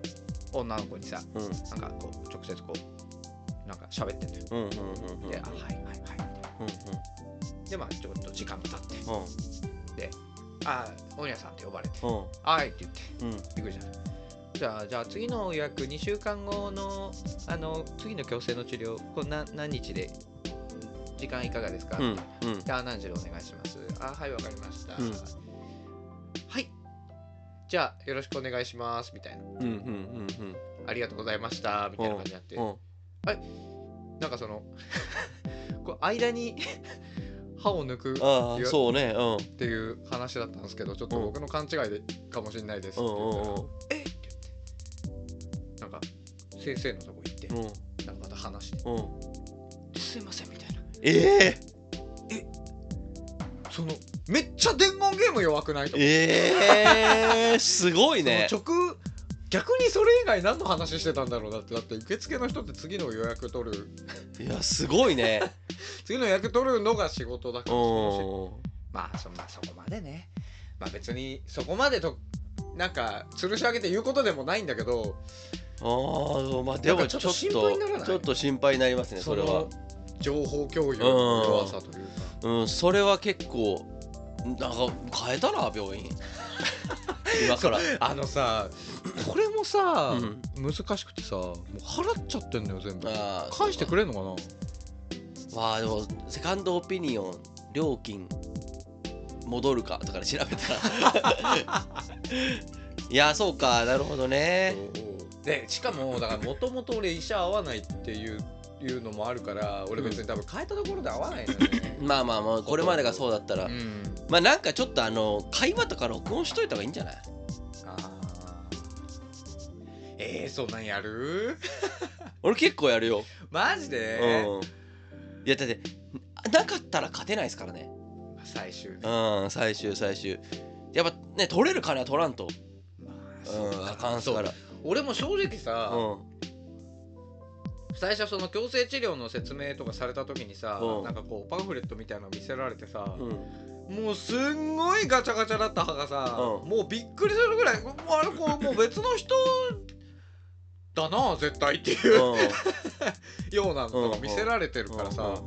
Speaker 2: 女の子にさ
Speaker 1: うん
Speaker 2: なんかこう直接こうなんか喋ってんだよ、
Speaker 1: うんうんうんうんうん
Speaker 2: であはいはいはいみたいなでまあちょっと時間が経って
Speaker 1: う
Speaker 2: あおにゃさんって呼ばれて
Speaker 1: ん
Speaker 2: はいって言って
Speaker 1: うんうん
Speaker 2: びっくりしたじゃあじゃあ次の予約2週間後のあの次の矯正の治療こうな何日で時間いかがですか、
Speaker 1: うん
Speaker 2: じゃあ何時でお願いしますあはいわかりました、
Speaker 1: うん
Speaker 2: はいじゃあよろしくお願いしますみたいな
Speaker 1: うんうんうんうんうん
Speaker 2: ありがとうございましたみたいな感じになって
Speaker 1: うん
Speaker 2: なんかその こう間に 歯を抜くっ
Speaker 1: ああそうねう
Speaker 2: ていう話だったんですけどちょっと僕の勘違いでかもしれないですっ
Speaker 1: ん
Speaker 2: て
Speaker 1: う
Speaker 2: 言
Speaker 1: んう
Speaker 2: ったら
Speaker 1: ん
Speaker 2: えって言ってなんか先生のとこ行って、
Speaker 1: うん
Speaker 2: なんかまた話して
Speaker 1: うん
Speaker 2: すいませんみたいな
Speaker 1: え
Speaker 2: そのめっちゃ伝言ゲーム弱くな
Speaker 1: え
Speaker 2: いと思っ
Speaker 1: ええすごい
Speaker 2: て
Speaker 1: ね
Speaker 2: その直逆にそれ以外何の話してたんだろうだってだって受付の人って次の予約取る
Speaker 1: いやすごいね
Speaker 2: 次の予約取るのが仕事だか
Speaker 1: う
Speaker 2: ら
Speaker 1: ん
Speaker 2: まあそ,、まあ、そこまでねまあ別にそこまでとなんか吊るし上げて言うことでもないんだけど
Speaker 1: ああまあでもちょっと
Speaker 2: なんかちょっと心配にならない
Speaker 1: ちょっと心配になりますねそれは
Speaker 2: の情報共有の弱さというか
Speaker 1: うんそれは結構なんか変えたな病 院今から
Speaker 2: あのさこれもさ、
Speaker 1: うん
Speaker 2: 難しくてさもう払っちゃってんのよ全部
Speaker 1: あー
Speaker 2: 返してくれんのかな
Speaker 1: まあでもセカンドオピニオン料金戻るかとかで調べたら いやそうかなるほどね
Speaker 2: でしかもだからもともと俺医者合わないっていういうのもあるから俺別に多分変えたところで合わないのよね、
Speaker 1: まあまあまあこれまでがそうだったら
Speaker 2: うん、
Speaker 1: まあなんかちょっとあの会話とか録音しといた方がいいんじゃない
Speaker 2: あーえー、そんなんやる
Speaker 1: 俺結構やるよ、
Speaker 2: マジで、
Speaker 1: うんいやだってなかったら勝てないですからね
Speaker 2: 最終ね
Speaker 1: うん最終最終やっぱね取れる金は取らんと
Speaker 2: まあ
Speaker 1: う
Speaker 2: そ
Speaker 1: ん
Speaker 2: か
Speaker 1: あかんすから
Speaker 2: そう俺も正直さ、
Speaker 1: うん
Speaker 2: 最初その矯正治療の説明とかされた時にさ、
Speaker 1: うん
Speaker 2: なんかこうパンフレットみたいなの見せられてさ、
Speaker 1: うん
Speaker 2: もうすんごいガチャガチャだった歯がさ、
Speaker 1: うん
Speaker 2: もうびっくりするぐらいもうあれこうもう別の人だな絶対っていうようなのとか見せられてるからさ、
Speaker 1: うんうんうん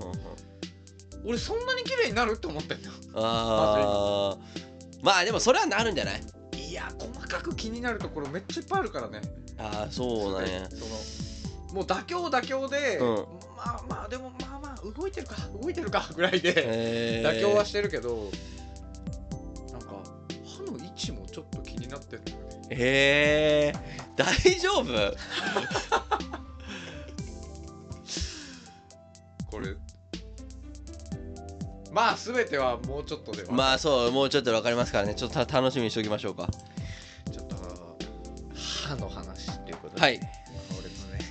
Speaker 2: 俺そんなに綺麗になるって思ってんだ
Speaker 1: あーまあでもそれはなるんじゃない
Speaker 2: いや細かく気になるところめっちゃいっぱいあるからね
Speaker 1: ああそうなんや
Speaker 2: そのもう妥協妥協で、
Speaker 1: うん
Speaker 2: まあまあでもまあまあ動いてるか動いてるかぐらい で、
Speaker 1: えー
Speaker 2: 妥協はしてるけどなんか歯の位置もちょっと気になってるんだよね
Speaker 1: へえ大丈夫
Speaker 2: これまあ全てはもうちょっとでは、
Speaker 1: まあそうもうちょっと分かりますからねちょっとた楽しみにしておきましょうか
Speaker 2: ちょっと歯の話っていうことで
Speaker 1: はい
Speaker 2: 俺のね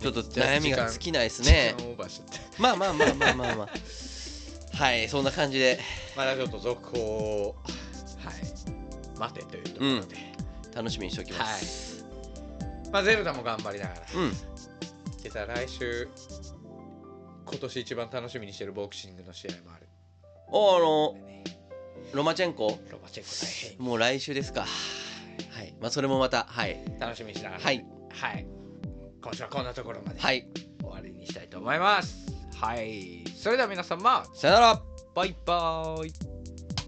Speaker 1: ちょっと
Speaker 2: じゃあ
Speaker 1: 悩みが尽きないです
Speaker 2: 時
Speaker 1: ね
Speaker 2: 間オーバーしちゃって
Speaker 1: まあまあまあまあまあま あはいそんな感じで
Speaker 2: まだちょっと続報をはい待てというところで、
Speaker 1: うん楽しみにしておきま
Speaker 2: は
Speaker 1: す
Speaker 2: いまあゼルダも頑張りながら
Speaker 1: うん
Speaker 2: 実は来週今年一番楽しみにしてるボクシングの試合もある
Speaker 1: おあの
Speaker 2: んでね
Speaker 1: ロマチェンコ
Speaker 2: ロバチェンコ
Speaker 1: もう来週ですかはいまあそれもまたはい
Speaker 2: 大変楽しみにしながら
Speaker 1: はい
Speaker 2: はい今週はこんなところまで
Speaker 1: はい
Speaker 2: 終わりにしたいと思いますはいそれでは皆様
Speaker 1: さよなら
Speaker 2: バイバーイ